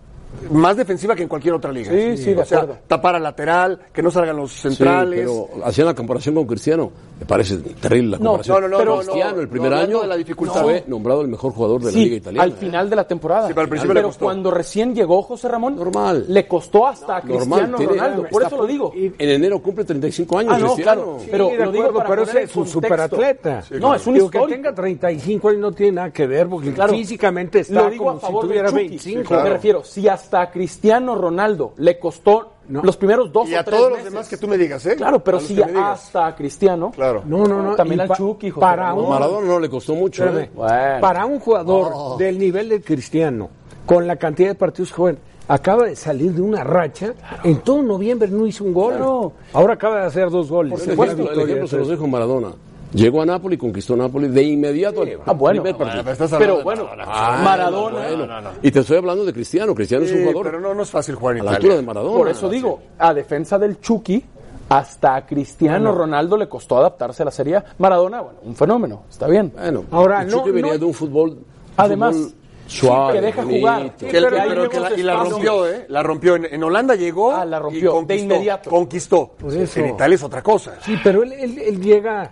S5: más defensiva que en cualquier otra liga.
S4: Sí, sí, de
S5: O sea,
S4: acuerdo.
S5: tapar al lateral, que no salgan los
S2: Sí,
S5: centrales.
S2: pero hacían la comparación con Cristiano. Me parece terrible la comparación.
S5: no, no, no,
S2: Pero
S5: no, no,
S2: Cristiano, el primer
S5: no, hablando
S2: año,
S5: de la dificultad.
S2: fue nombrado el mejor jugador de la
S4: Sí,
S2: Liga Italiana. ¿eh?
S4: al final de la temporada.
S5: Sí, pero al principio le
S4: pero
S5: costó.
S4: cuando recién llegó José Ramón,
S2: Normal.
S4: le costó hasta a
S2: normal,
S4: Cristiano
S2: tiene-
S4: Ronaldo. Por eso lo digo.
S2: En enero cumple 35 años,
S4: Ah, no,
S2: Cristiano.
S4: claro.
S3: Sí,
S4: Pero
S3: de
S4: lo digo
S3: acuerdo,
S4: para
S3: pero
S4: poner
S3: ese
S4: en
S3: es un
S4: contexto.
S3: superatleta.
S4: Sí, No, es un
S3: Digo, que
S4: histórico.
S3: tenga 35 años no tiene nada que ver, porque
S4: Claro.
S3: físicamente está
S4: Lo digo
S3: como
S4: a
S3: si
S4: favor de
S3: tuviera
S4: Chucky.
S3: 25.
S5: claro.
S4: Me refiero, si hasta a Cristiano Ronaldo le costó
S3: No.
S4: los primeros dos
S5: y
S4: o
S5: a
S4: tres
S5: todos los
S4: meses.
S5: demás que tú me digas, ¿eh?
S4: Claro, pero
S5: A los
S4: si
S5: que me digas.
S4: hasta a Cristiano.
S5: Claro.
S3: No, no, no.
S4: También
S3: y
S4: al
S3: pa-
S4: Chucky, José
S3: para
S4: Ramón.
S3: un-
S2: Maradona no le costó mucho.
S3: Espérame.
S2: ¿eh?
S4: Bueno.
S3: Para un jugador del nivel de Cristiano, con la cantidad de partidos que juegan, acaba de salir de una racha. En todo noviembre no hizo un gol.
S4: Claro.
S3: Ahora acaba de hacer dos goles.
S2: El ejemplo, el ejemplo se los dejo Maradona. Llegó a Nápoles, conquistó Nápoles de inmediato al
S4: Ah, bueno.
S2: primer partido. Ah,
S5: Pero estás hablando
S4: Pero
S5: de
S4: bueno,
S5: Maradona.
S4: Maradona.
S2: Bueno, Y te estoy hablando de Cristiano. Cristiano es un
S5: Sí,
S2: jugador
S5: pero no, no es fácil jugar en
S2: a la
S5: Italia.
S2: altura de Maradona.
S4: Por eso digo, a defensa del Chucky, hasta a Cristiano Ronaldo le costó adaptarse a la serie. A. Maradona, bueno, un fenómeno, está bien.
S2: Bueno,
S3: Ahora,
S2: el
S3: no-
S2: Chucky venía
S3: no-
S2: de un fútbol. un
S4: Además,
S2: fútbol suave,
S4: que deja
S2: bonito.
S4: jugar.
S5: Que
S4: Sí,
S5: el-
S4: pero ahí
S5: pero
S4: vemos
S5: que la, y la
S4: espacios.
S5: rompió, ¿eh? La rompió. En, en Holanda llegó.
S4: Ah, la rompió,
S5: y conquistó,
S4: de inmediato.
S5: Conquistó.
S3: Por eso.
S5: En Italia es otra cosa.
S3: Sí, pero él, él- él llega,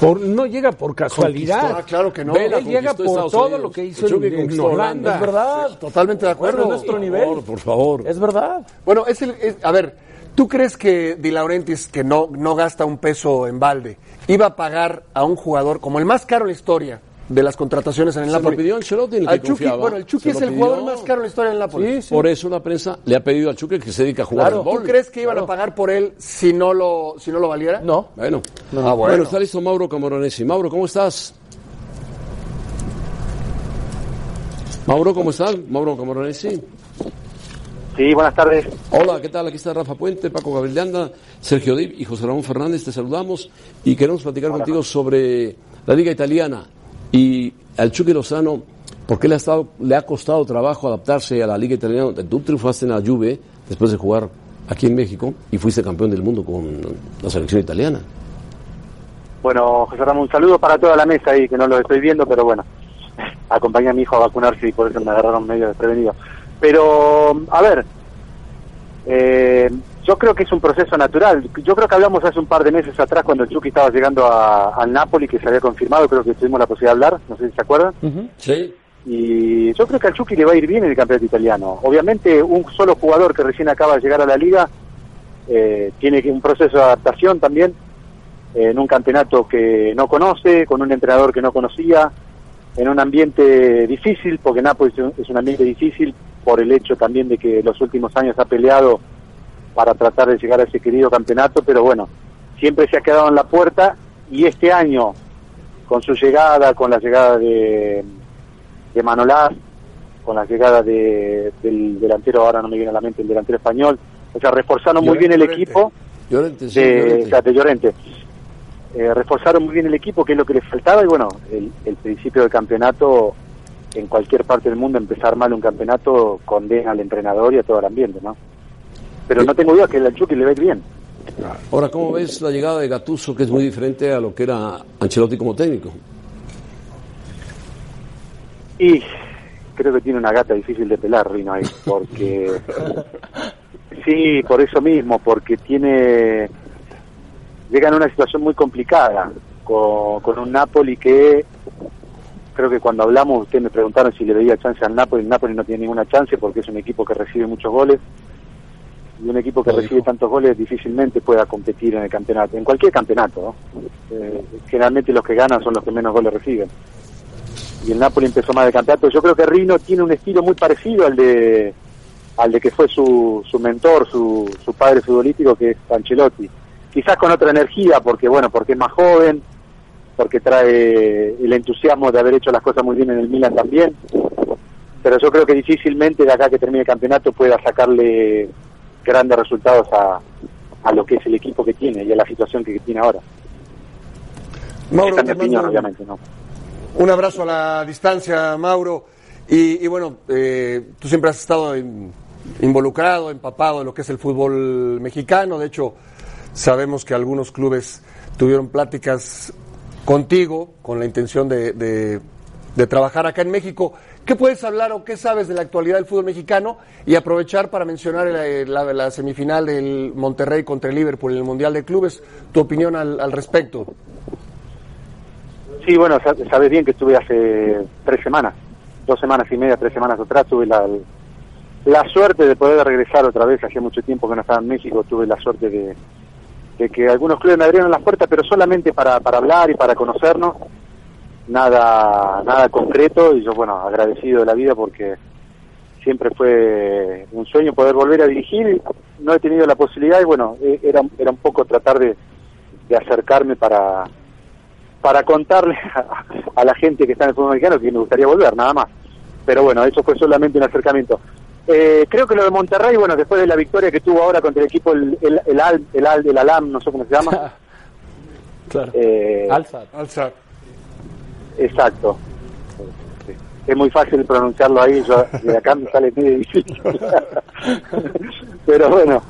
S3: por, no llega por casualidad.
S5: Ah, claro que no.
S2: Vela
S3: él llega
S2: conquistó
S3: por
S2: Estados
S3: todo
S2: Unidos.
S3: lo que
S2: El
S3: hizo en-
S2: Chucky
S3: en
S2: conquistó
S3: Holanda.
S4: Es verdad.
S5: Totalmente de acuerdo.
S4: Bueno, es nuestro
S2: Por favor,
S4: nivel.
S2: por favor.
S4: Es verdad.
S5: Bueno, es el, es- a ver, ¿tú crees que Di Laurentiis, que no, no gasta un peso en balde, iba a pagar a un jugador como el más caro en la historia de las contrataciones en el
S2: Se
S5: Napoli?
S2: lo pidió Ancelotti en el que
S5: Al Chucky,
S2: confiaba.
S5: Bueno, el
S2: Se
S5: Chucky es
S2: lo
S5: el
S2: pidió.
S5: jugador más caro en la historia del Napoli.
S2: Por eso la prensa le ha pedido al Chucky que se dedique a jugar
S5: Claro,
S2: al
S5: ¿tú
S2: vóley.
S5: crees que iban a pagar por él si no lo, si no lo valiera?
S4: No.
S2: Bueno.
S5: Ah, bueno.
S2: Bueno, está listo Mauro Camoranesi. Mauro, ¿cómo estás? Mauro, ¿cómo estás? Mauro Camoranesi.
S11: Sí, buenas tardes.
S2: Hola, ¿qué tal? Aquí está Rafa Puente, Paco Gabriel de Anda, Sergio Dib y José Ramón Fernández. Te saludamos y queremos platicar contigo sobre la Liga Italiana y al Chucky Lozano, ¿por qué le ha, estado, le ha costado trabajo adaptarse a la Liga Italiana? Tú triunfaste en la Juve después de jugar aquí en México y fuiste campeón del mundo con la selección italiana.
S11: Bueno, José Ramón, un saludo para toda la mesa ahí, que no los estoy viendo, pero bueno, acompañé a mi hijo a vacunarse y por eso me agarraron medio desprevenido. Pero, a ver, eh, yo creo que es un proceso natural. Yo creo que hablamos hace un par de meses atrás cuando el Chucky estaba llegando a- al Napoli, que se había confirmado, creo que tuvimos la posibilidad de hablar, no sé si se acuerdan.
S2: Sí.
S11: y yo creo que al Chucky le va a ir bien en el campeonato italiano. Obviamente un solo jugador que recién acaba de llegar a la liga eh, tiene que- un proceso de adaptación también eh, en un campeonato que no conoce, con un entrenador que no conocía, en un ambiente difícil, porque Nápoles es un- es un ambiente difícil por el hecho también de que los últimos años ha peleado para tratar de llegar a ese querido campeonato, pero bueno, siempre se ha quedado en la puerta y este año, con su llegada, con la llegada de, de Manolás, con la llegada de- del delantero, ahora no me viene a la mente el delantero español, o sea, reforzaron muy bien el equipo
S2: Llorente, sí,
S11: de,
S2: Llorente.
S11: o sea, de Llorente. Eh, reforzaron muy bien el equipo, que es lo que les faltaba, y bueno, el, el principio del campeonato, en cualquier parte del mundo, empezar mal un campeonato condena al entrenador y a todo el ambiente, ¿no? Pero no tengo duda que el Chucky le va a ir bien.
S2: Ahora, ¿cómo ves la llegada de Gattuso, que es muy diferente a lo que era Ancelotti como técnico?
S11: Y creo que tiene una gata difícil de pelar, Rino, ahí, porque... sí, por eso mismo, porque tiene... Llega en una situación muy complicada con, con un Napoli que... Creo que cuando hablamos, ustedes me preguntaron si le veía chance al Napoli. El Napoli no tiene ninguna chance porque es un equipo que recibe muchos goles. Y un equipo que
S2: Lo
S11: recibe
S2: dijo.
S11: tantos goles difícilmente pueda competir en el campeonato, en cualquier campeonato. ¿no? Eh, generalmente los que ganan son los que menos goles reciben y el Napoli empezó más de campeonato. Yo creo que Rino tiene un estilo muy parecido al de al de que fue su, su mentor, su, su padre futbolístico, que es Ancelotti. Quizás con otra energía, porque bueno, porque es más joven, porque trae el entusiasmo de haber hecho las cosas muy bien en el Milan también. pero yo creo que difícilmente de acá que termine el campeonato pueda sacarle grandes resultados a, a lo que es el equipo que tiene y a la situación que tiene ahora.
S5: Mauro,
S11: Esa es mi
S5: te
S11: opinión,
S5: mando-
S11: obviamente, ¿no?
S5: Un abrazo a la distancia, Mauro. Y, y bueno, eh, tú siempre has estado en- involucrado, empapado en lo que es el fútbol mexicano. De hecho, sabemos que algunos clubes tuvieron pláticas contigo con la intención de, de- de trabajar acá en México. ¿Qué puedes hablar o qué sabes de la actualidad del fútbol mexicano? Y aprovechar para mencionar la, la- la semifinal del Monterrey contra el Liverpool en el Mundial de Clubes. Tu opinión al- al respecto.
S11: Sí, bueno, sa- sabes bien que estuve hace tres semanas, dos semanas y media, tres semanas atrás, tuve la, la suerte de poder regresar otra vez, hacía mucho tiempo que no estaba en México, tuve la suerte de, de que algunos clubes me abrieron las puertas, pero solamente para, para hablar y para conocernos, nada, nada concreto, y yo, bueno, agradecido de la vida porque siempre fue un sueño poder volver a dirigir, no he tenido la posibilidad, y bueno, e- era, era un poco tratar de, de acercarme para para contarle a, a la gente que está en el fútbol mexicano que me gustaría volver, nada más. Pero bueno, eso fue solamente un acercamiento. Eh, creo que lo de Monterrey, bueno, después de la victoria que tuvo ahora contra el equipo, el, el, el, Al, el, Al- el Alam, no sé cómo se llama.
S4: Claro.
S11: Eh,
S4: Alza.
S11: Exacto. Es muy fácil pronunciarlo ahí, yo de acá me sale muy difícil. Pero bueno,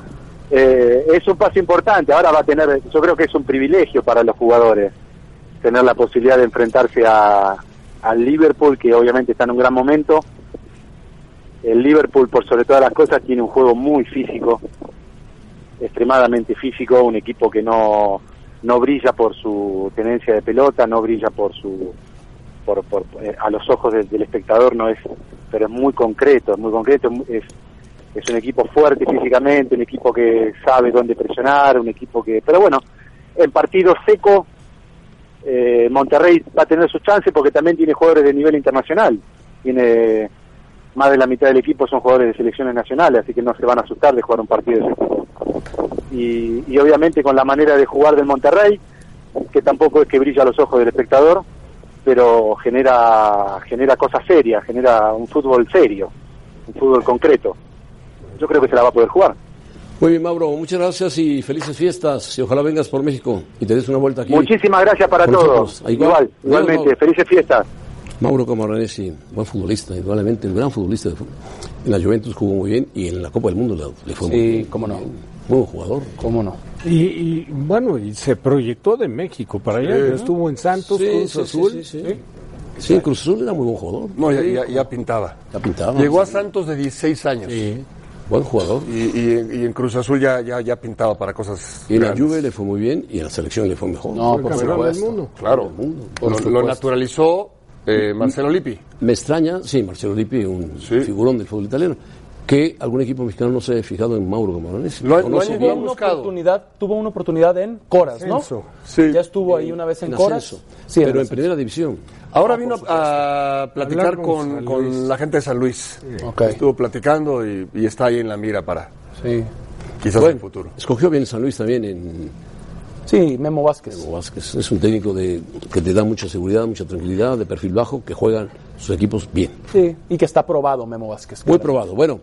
S11: eh, es un paso importante. Ahora va a tener, yo creo que es un privilegio para los jugadores tener la posibilidad de enfrentarse a, al Liverpool, que obviamente está en un gran momento. El Liverpool, por sobre todas las cosas, tiene un juego muy físico, extremadamente físico, un equipo que no, no brilla por su tenencia de pelota, no brilla por su por, por- eh, a los ojos del, del espectador no es, pero es muy concreto, es muy concreto, es, es un equipo fuerte físicamente, un equipo que sabe dónde presionar, un equipo que, pero bueno, en partido seco eh, Monterrey va a tener sus chances porque también tiene jugadores de nivel internacional, tiene más de la mitad del equipo son jugadores de selecciones nacionales, así que no se van a asustar de jugar un partido de ese tipo. Y, y obviamente con la manera de jugar del Monterrey, que tampoco es que brilla a los ojos del espectador, pero genera genera cosas serias, genera un fútbol serio, un fútbol concreto. Yo creo que se la va a poder jugar.
S2: Muy bien, Mauro, muchas gracias y felices fiestas. Y ojalá vengas por México y te des una vuelta aquí.
S11: Muchísimas gracias para
S2: Con
S11: todos.
S2: nosotros. Ahí va.
S11: Igual, igualmente,
S2: Mauro.
S11: felices fiestas.
S2: Mauro Camoranesi, buen futbolista, indudablemente, un gran futbolista. de fútbol. En la Juventus jugó muy bien y en la Copa del Mundo le, le fue muy bien.
S4: Sí, cómo no.
S2: Buen jugador.
S4: Cómo no.
S3: Y, y, bueno, y se proyectó de México para allá.
S5: Sí.
S3: Estuvo en Santos,
S5: Sí,
S3: Cruz
S5: sí, sí,
S3: Azul. ¿eh?
S5: sí, sí.
S3: ¿sí?
S2: Sí, Cruz Azul era muy buen jugador.
S5: No, ya, ya- ya pintaba.
S2: Ya pintaba.
S5: Llegó a Santos de 16 años.
S2: Buen jugador.
S5: Y, y- y en Cruz Azul ya, ya, ya pintaba para cosas.
S2: Y en la
S5: grandes.
S2: Juve le fue muy bien y en la selección le fue mejor.
S4: No,
S3: Fue
S4: por
S3: campeón del
S4: supuesto.
S3: mundo.
S5: Claro.
S2: Por
S5: lo,
S2: supuesto.
S5: lo naturalizó eh, Marcelo Lippi.
S2: Me extraña, sí, Marcelo Lippi, un
S5: Sí.
S2: figurón del fútbol italiano, que algún equipo mexicano no se haya fijado en Mauro Camoranesi.
S5: Lo han-
S2: O
S5: lo
S2: no
S5: han
S2: se
S5: llevado
S2: vio.
S4: Una
S5: buscado.
S4: pues, oportunidad, tuvo una oportunidad en Coras, ¿no?
S3: Ascenso.
S5: Sí.
S4: Ya estuvo ahí una vez en,
S2: en
S4: Coras.
S2: ascenso,
S4: Sí,
S2: pero en
S4: ascenso.
S2: primera división.
S5: Ahora vino a, platicar
S3: Hablar con
S5: con,
S3: San
S5: con
S3: Luis.
S5: la gente de San Luis.
S4: Ok.
S5: Estuvo platicando y, y está ahí en la mira para
S4: Sí.
S5: quizás
S2: Bueno,
S5: el futuro.
S2: escogió bien San Luis también en
S4: Sí, Memo Vázquez.
S2: Hugo Vázquez. Es un técnico de, que te da mucha seguridad, mucha tranquilidad, de perfil bajo, que juegan sus equipos bien.
S4: Sí, y que está probado Memo Vázquez.
S2: Muy probado. Bueno,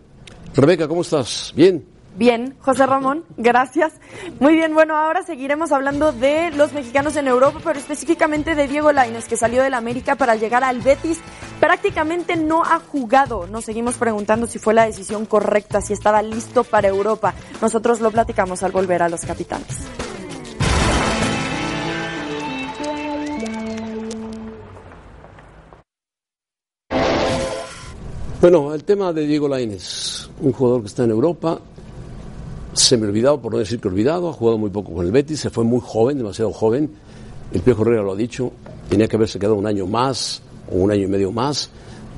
S2: Rebeca, ¿cómo estás? ¿Bien?
S9: Bien, José Ramón, gracias. Muy bien, bueno, ahora seguiremos hablando de los mexicanos en Europa, pero específicamente de Diego Lainez, que salió del América para llegar al Betis. Prácticamente no ha jugado. Nos seguimos preguntando si fue la decisión correcta, si estaba listo para Europa. Nosotros lo platicamos al volver a los capitanes.
S2: Bueno, el tema de Diego Lainez, un jugador que está en Europa, se me olvidado, por no decir que olvidado, ha jugado muy poco con el Betis, se fue muy joven, demasiado joven. El Piojo Herrera lo ha dicho, tenía que haberse quedado un año más o un año y medio más.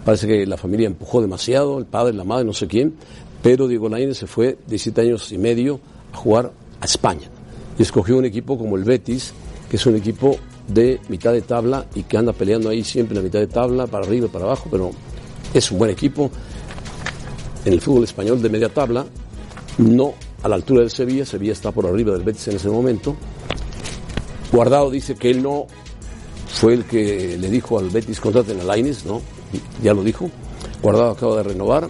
S2: Parece que la familia empujó demasiado, el padre, la madre, no sé quién, pero Diego Lainez se fue 17 años y medio a jugar a España y escogió un equipo como el Betis, que es un equipo de mitad de tabla y que anda peleando ahí siempre en la mitad de tabla, para arriba y para abajo, pero es un buen equipo, en el fútbol español de media tabla, no a la altura del Sevilla, Sevilla está por arriba del Betis en ese momento. Guardado dice que él no fue el que le dijo al Betis contraten a Lainez, ¿no? Ya lo dijo. Guardado acaba de renovar,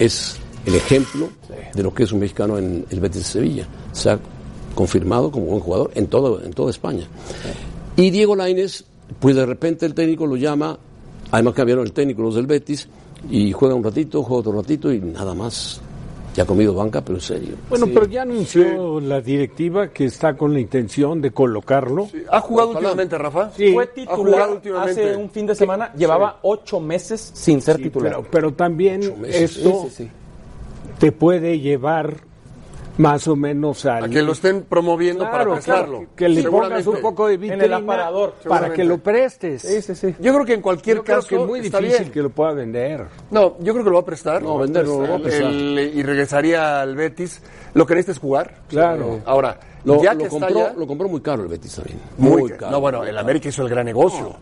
S2: es el ejemplo de lo que es un mexicano en el Betis de Sevilla. Se ha confirmado como buen jugador en, todo, en toda España. Y Diego Lainez, pues de repente el técnico lo llama, además cambiaron el técnico los del Betis, y juega un ratito, juega otro ratito y nada más. Ya ha comido banca, pero en serio.
S3: Bueno, pero ya anunció la directiva que está con la intención de colocarlo.
S5: ¿Ha jugado últimamente, Rafa?
S4: Fue titular
S5: jugado últimamente.
S4: hace un fin de semana, llevaba ocho meses sin ser
S3: Sí,
S4: titular.
S3: Pero, pero también
S4: meses.
S3: esto
S4: Sí, sí, sí.
S3: te puede llevar más o menos al...
S5: A que lo estén promoviendo
S3: Claro,
S5: para prestarlo.
S3: claro, que le pongas
S5: Seguramente.
S3: un poco de vitrina para que lo prestes.
S5: Yo creo que en cualquier
S3: Yo creo
S5: caso
S3: que es muy
S5: está
S3: difícil
S5: bien.
S3: que lo pueda vender.
S5: No, yo creo que lo va a prestar.
S3: No, venderlo, lo va a
S5: El-
S3: prestar.
S5: el- y regresaría al Betis. Lo que necesita es jugar.
S3: Claro.
S5: Eh, Ahora,
S2: Lo,
S5: ya
S2: lo
S5: que
S2: compró,
S5: está ya,
S2: lo compró muy caro el Betis también.
S5: muy,
S2: Muy
S5: ca-
S2: caro.
S5: No, bueno, el América hizo el gran negocio.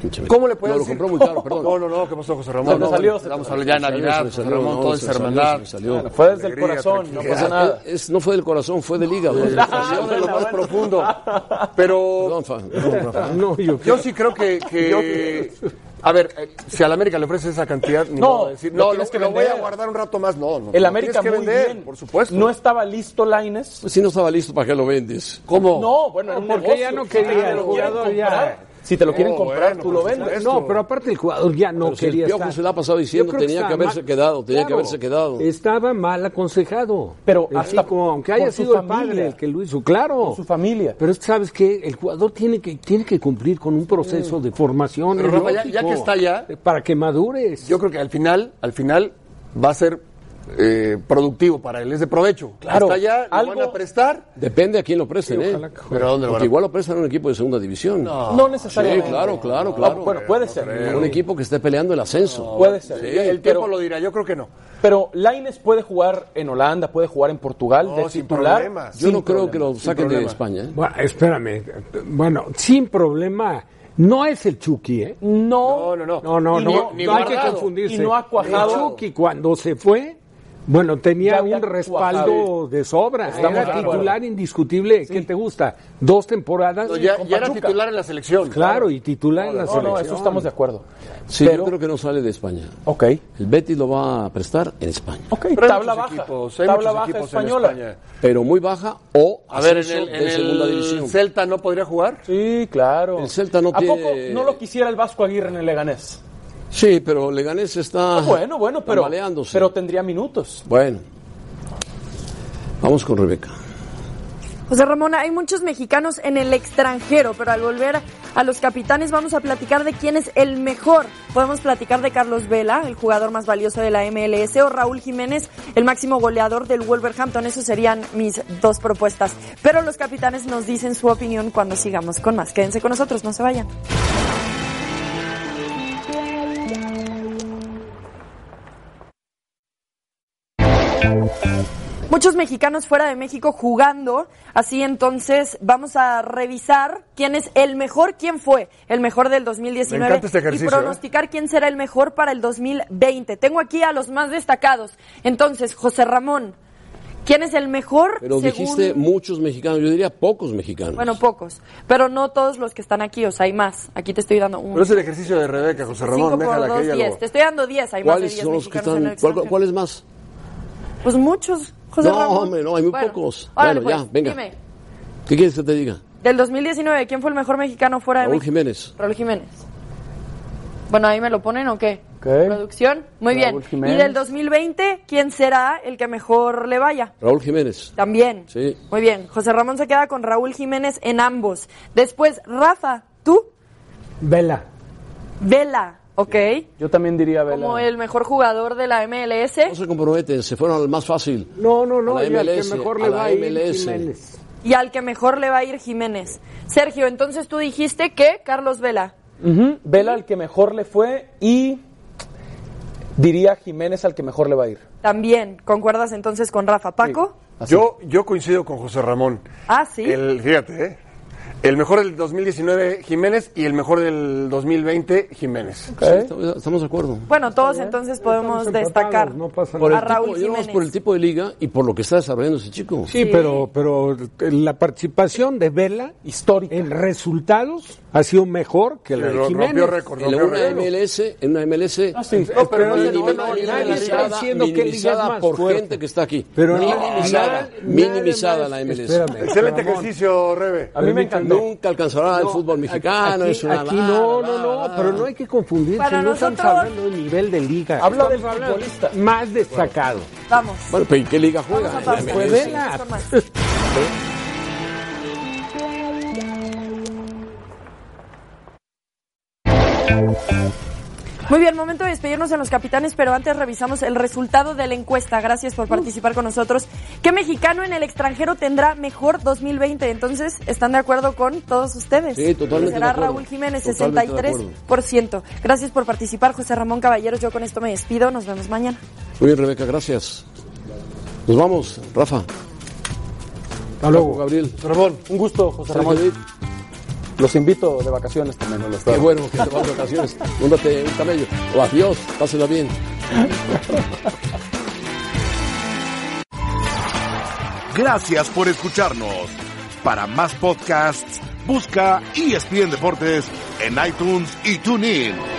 S2: Pinche Betis.
S5: ¿Cómo le puedes
S2: No, lo
S5: decir?
S2: compró muy caro, perdón.
S5: No, no, no, ¿qué pasó, José Ramón?
S4: Se nos salió, se
S5: Vamos
S4: nos
S5: a hablar ya de
S2: salió,
S5: Navidad,
S2: se
S5: José
S2: salió,
S5: Ramón,
S2: no,
S5: todo
S2: se nos
S5: es
S2: salió,
S5: hermandad.
S2: se nos salió.
S5: Bueno,
S4: Fue desde el
S5: alegría,
S4: corazón, no
S5: tranquilidad.
S4: pasa nada.
S2: Es- no fue del corazón, fue del hígado.
S5: Frustración de lo más profundo. Pero
S2: Perdón, Fa- perdón, Rafa.
S3: No, yo,
S5: yo sí creo que... que- A ver, eh, si al América le ofreces esa cantidad, ni
S4: No,
S5: modo de decir,
S4: lo
S5: no, lo,
S4: tienes que
S5: lo voy a
S4: vender.
S5: guardar un rato más. No, no.
S4: El
S5: lo
S4: América
S5: tienes que
S4: muy
S5: vender,
S4: bien.
S5: por supuesto.
S4: No estaba listo Laines.
S2: Pues si no estaba listo, ¿para que lo vendes?
S5: ¿Cómo?
S4: No, bueno, era un
S3: porque
S4: negocio.
S3: ya no quería,
S4: Si
S3: el
S4: lo quieren
S3: jugador ya-
S4: comprar, Si te lo quieren
S5: No,
S4: comprar,
S5: bueno,
S4: tú lo
S5: por
S4: vendes.
S5: supuesto.
S3: No, pero aparte el jugador ya no
S2: Pero si el
S3: quería
S2: Piojo
S3: estar.
S2: se la ha pasado diciendo,
S3: Yo creo que
S2: tenía
S3: está
S2: que haberse
S3: mal-
S2: quedado, tenía que haberse quedado.
S3: Estaba mal aconsejado.
S4: Pero
S3: El
S4: hasta
S3: chico, aunque haya
S4: por su
S3: sido el
S4: familia.
S3: padre el que lo hizo, claro.
S4: Su familia.
S3: Pero es que, sabes que el jugador tiene que tiene que cumplir con un proceso de formación
S5: Pero,
S3: es
S5: Rafa, ya- ya
S3: lógico, eh,
S5: que está allá-
S3: para que madures.
S5: Yo creo que al final, al final va a ser eh, productivo para él, es de provecho.
S4: Claro.
S5: Hasta allá lo
S4: Algo-
S5: van a prestar,
S2: Depende a quién lo presten, ¿eh?
S5: pero ¿a dónde lo van
S2: Porque
S5: a
S2: igual lo prestan a un equipo de segunda división.
S4: No necesariamente.
S2: Ah, Sí, claro, claro,
S4: Ah,
S2: claro.
S4: Bueno, puede ser.
S2: un equipo que esté peleando el ascenso.
S4: Puede ser.
S5: El tiempo
S4: pero,
S5: lo dirá, yo creo que no.
S4: pero Laines puede jugar en Holanda, puede jugar en Portugal,
S5: No,
S4: de
S5: sin
S4: titular.
S5: problemas.
S2: Yo no creo que lo saquen de
S5: problema.
S2: España. ¿eh?
S3: Bueno, espérame. Bueno, sin problema. No es el Chucky, ¿eh?
S4: No,
S5: No, no, no.
S3: No, no,
S4: Y
S3: no.
S4: no-
S5: ni
S3: no hay que
S5: guardado.
S3: confundirse.
S4: Y no ha cuajado.
S3: El Chucky cuando se fue, bueno,
S4: Ya
S3: tenía un
S4: había
S3: respaldo
S4: cuajado.
S3: de sobra.
S4: Estamos de
S3: Era
S4: acuerdo.
S3: titular indiscutible. ¿Qué te gusta? Dos temporadas.
S5: No, ya,
S4: con
S5: ya era
S4: Pachuca.
S5: titular en la selección.
S3: Claro, y titular en la
S4: No,
S3: selección.
S4: no, eso estamos de acuerdo.
S2: Sí, yo
S4: Pero-
S2: creo que no sale de España.
S4: Ok.
S2: El Betis lo va a prestar en España.
S4: Ok,
S5: Pero hay
S4: tabla
S5: muchos
S4: baja.
S5: equipos, hay
S4: tabla
S5: muchos
S4: baja
S5: equipos en
S4: española.
S5: España.
S2: Pero muy baja o
S5: A ver, en el,
S2: ascenso
S5: en
S2: de segunda
S5: el
S2: división.
S5: Celta no podría jugar.
S4: Sí, claro.
S2: El Celta no
S4: ¿A
S2: tiene-
S4: poco no lo quisiera el Vasco Aguirre en el Leganés?
S2: Sí, pero Leganés está.
S4: Ah, bueno, bueno, pero,
S2: tambaleándose.
S4: pero tendría minutos.
S2: Bueno. Vamos con Rebeca.
S9: José Ramón, hay muchos mexicanos en el extranjero, pero al volver a los capitanes vamos a platicar de quién es el mejor. Podemos platicar de Carlos Vela, el jugador más valioso de la MLS, o Raúl Jiménez, el máximo goleador del Wolverhampton. Esas serían mis dos propuestas. Pero los capitanes nos dicen su opinión cuando sigamos con más. Quédense con nosotros, no se vayan. Muchos mexicanos fuera de México jugando, así entonces vamos a revisar quién es el mejor, quién fue el mejor del 2019
S5: Me encanta este ejercicio,
S9: y pronosticar quién será el mejor para el 2020. Tengo aquí a los más destacados. Entonces, José Ramón, ¿quién es el mejor?
S2: Pero
S9: según-
S2: dijiste muchos mexicanos, yo diría pocos mexicanos.
S9: Bueno, pocos, pero no todos los que están aquí, o sea, hay más. Aquí te estoy dando
S5: Pero
S9: uno.
S5: es el ejercicio de Rebeca, José
S9: Cinco
S5: Ramón.
S9: por
S5: déjala que
S9: dos,
S5: ella
S9: diez.
S5: lo...
S9: Te estoy dando diez, hay más de
S2: ¿Cuáles
S9: diez
S2: son los que
S9: mexicanos en el
S2: están? ¿Cuál-
S9: extranjero.
S2: ¿Cuáles más?
S9: Pues muchos, José
S2: No,
S9: Ramón.
S2: hombre, no, hay muy pocos.
S9: órale,
S2: Bueno, ya,
S9: pues,
S2: venga.
S9: dime.
S2: ¿Qué quieres que te diga?
S9: Del 2019, ¿quién fue el mejor mexicano fuera de
S2: Raúl
S9: México?
S2: Jiménez.
S9: Raúl Jiménez. Bueno, ahí me lo ponen o qué?
S4: Ok.
S9: Producción. Muy
S4: Raúl
S9: bien.
S4: Jiménez.
S9: Y del 2020, ¿quién será el que mejor le vaya?
S2: Raúl Jiménez.
S9: También.
S2: Sí.
S9: Muy bien. José Ramón se queda con Raúl Jiménez en ambos. Después, Rafa, tú,
S3: Vela.
S9: Vela, ¿ok?
S4: Yo también diría Vela.
S9: Como el mejor jugador de la MLS.
S2: No se comprometen, se fueron al más fácil.
S3: No, no, no.
S2: A la
S3: y al que
S2: MLS,
S3: mejor
S2: a
S3: le
S2: la
S3: va a ir
S2: MLS.
S3: Jiménez.
S9: Y al que mejor le va a ir Jiménez. Sergio, entonces tú dijiste que Carlos Vela.
S4: Ujú, Vela al que mejor le fue y diría Jiménez al que mejor le va a ir.
S9: También. ¿Concuerdas entonces con Rafa? Paco.
S5: Yo, yo coincido con José Ramón.
S9: Ah, sí.
S5: El, fíjate, ¿eh? El mejor del 2019, Jiménez, y el mejor del 2020, Jiménez.
S2: Estamos de acuerdo.
S9: Bueno, todos entonces podemos destacar
S2: Por
S9: a
S2: el,
S9: Raúl
S2: tipo, yo nomás
S9: Jiménez.
S2: por el tipo de liga y por lo que está desarrollando ese chico.
S3: Sí, Pero, pero la participación de Vela histórica en resultados ha sido mejor que la de Jiménez.
S2: En una MLS, en una MLS.
S3: Ah, sí. No, pero no, no, no, nadie está diciendo que liga es
S2: minimizada
S3: más
S2: por
S3: fuerte.
S2: gente que está aquí.
S3: Pero no,
S2: minimizada,
S3: nadie-
S2: minimizada la
S3: nadie
S2: MLS.
S3: más- Espérame,
S5: Excelente ejercicio, Rebe.
S3: A mí me encantó.
S2: Nunca alcanzará el fútbol mexicano.
S3: aquí,
S2: Ah, es una
S3: aquí
S2: lana,
S3: no,
S2: bla,
S3: no, no,
S2: bla.
S3: pero no hay que confundirse.
S9: Para
S3: no estamos
S9: nosotros-
S3: hablando de nivel de liga.
S4: Habla del
S3: Estamos hablando
S4: futbolista.
S3: Más destacado.
S9: Vamos.
S2: Bueno, pero ¿en qué liga juega?
S9: Vamos a
S2: En
S9: pausa.
S2: la
S3: Pues
S2: MLS.
S3: Vela.
S9: Son más. Muy bien, momento de despedirnos en los capitanes, pero antes revisamos el resultado de la encuesta. Gracias por participar con nosotros. ¿Qué mexicano en el extranjero tendrá mejor 2020? Entonces, ¿están de acuerdo con todos ustedes?
S2: Sí, totalmente
S9: Será
S2: de acuerdo.
S9: Raúl Jiménez,
S2: Totalmente de
S9: 63%. Gracias por participar, José Ramón Caballeros. Yo con esto me despido. Nos vemos mañana.
S2: Muy bien, Rebeca, gracias. Nos vamos, Rafa.
S3: Hasta luego.
S2: Gabriel.
S5: Ramón,
S4: Un gusto, José Ramón.
S2: David,
S4: Los invito de vacaciones también. a los
S2: Qué bueno que te vas de vacaciones. Múndate un cabello. O adiós, pásela bien.
S1: Gracias por escucharnos. Para E más podcasts, busca ESPN Deportes en iTunes y TuneIn.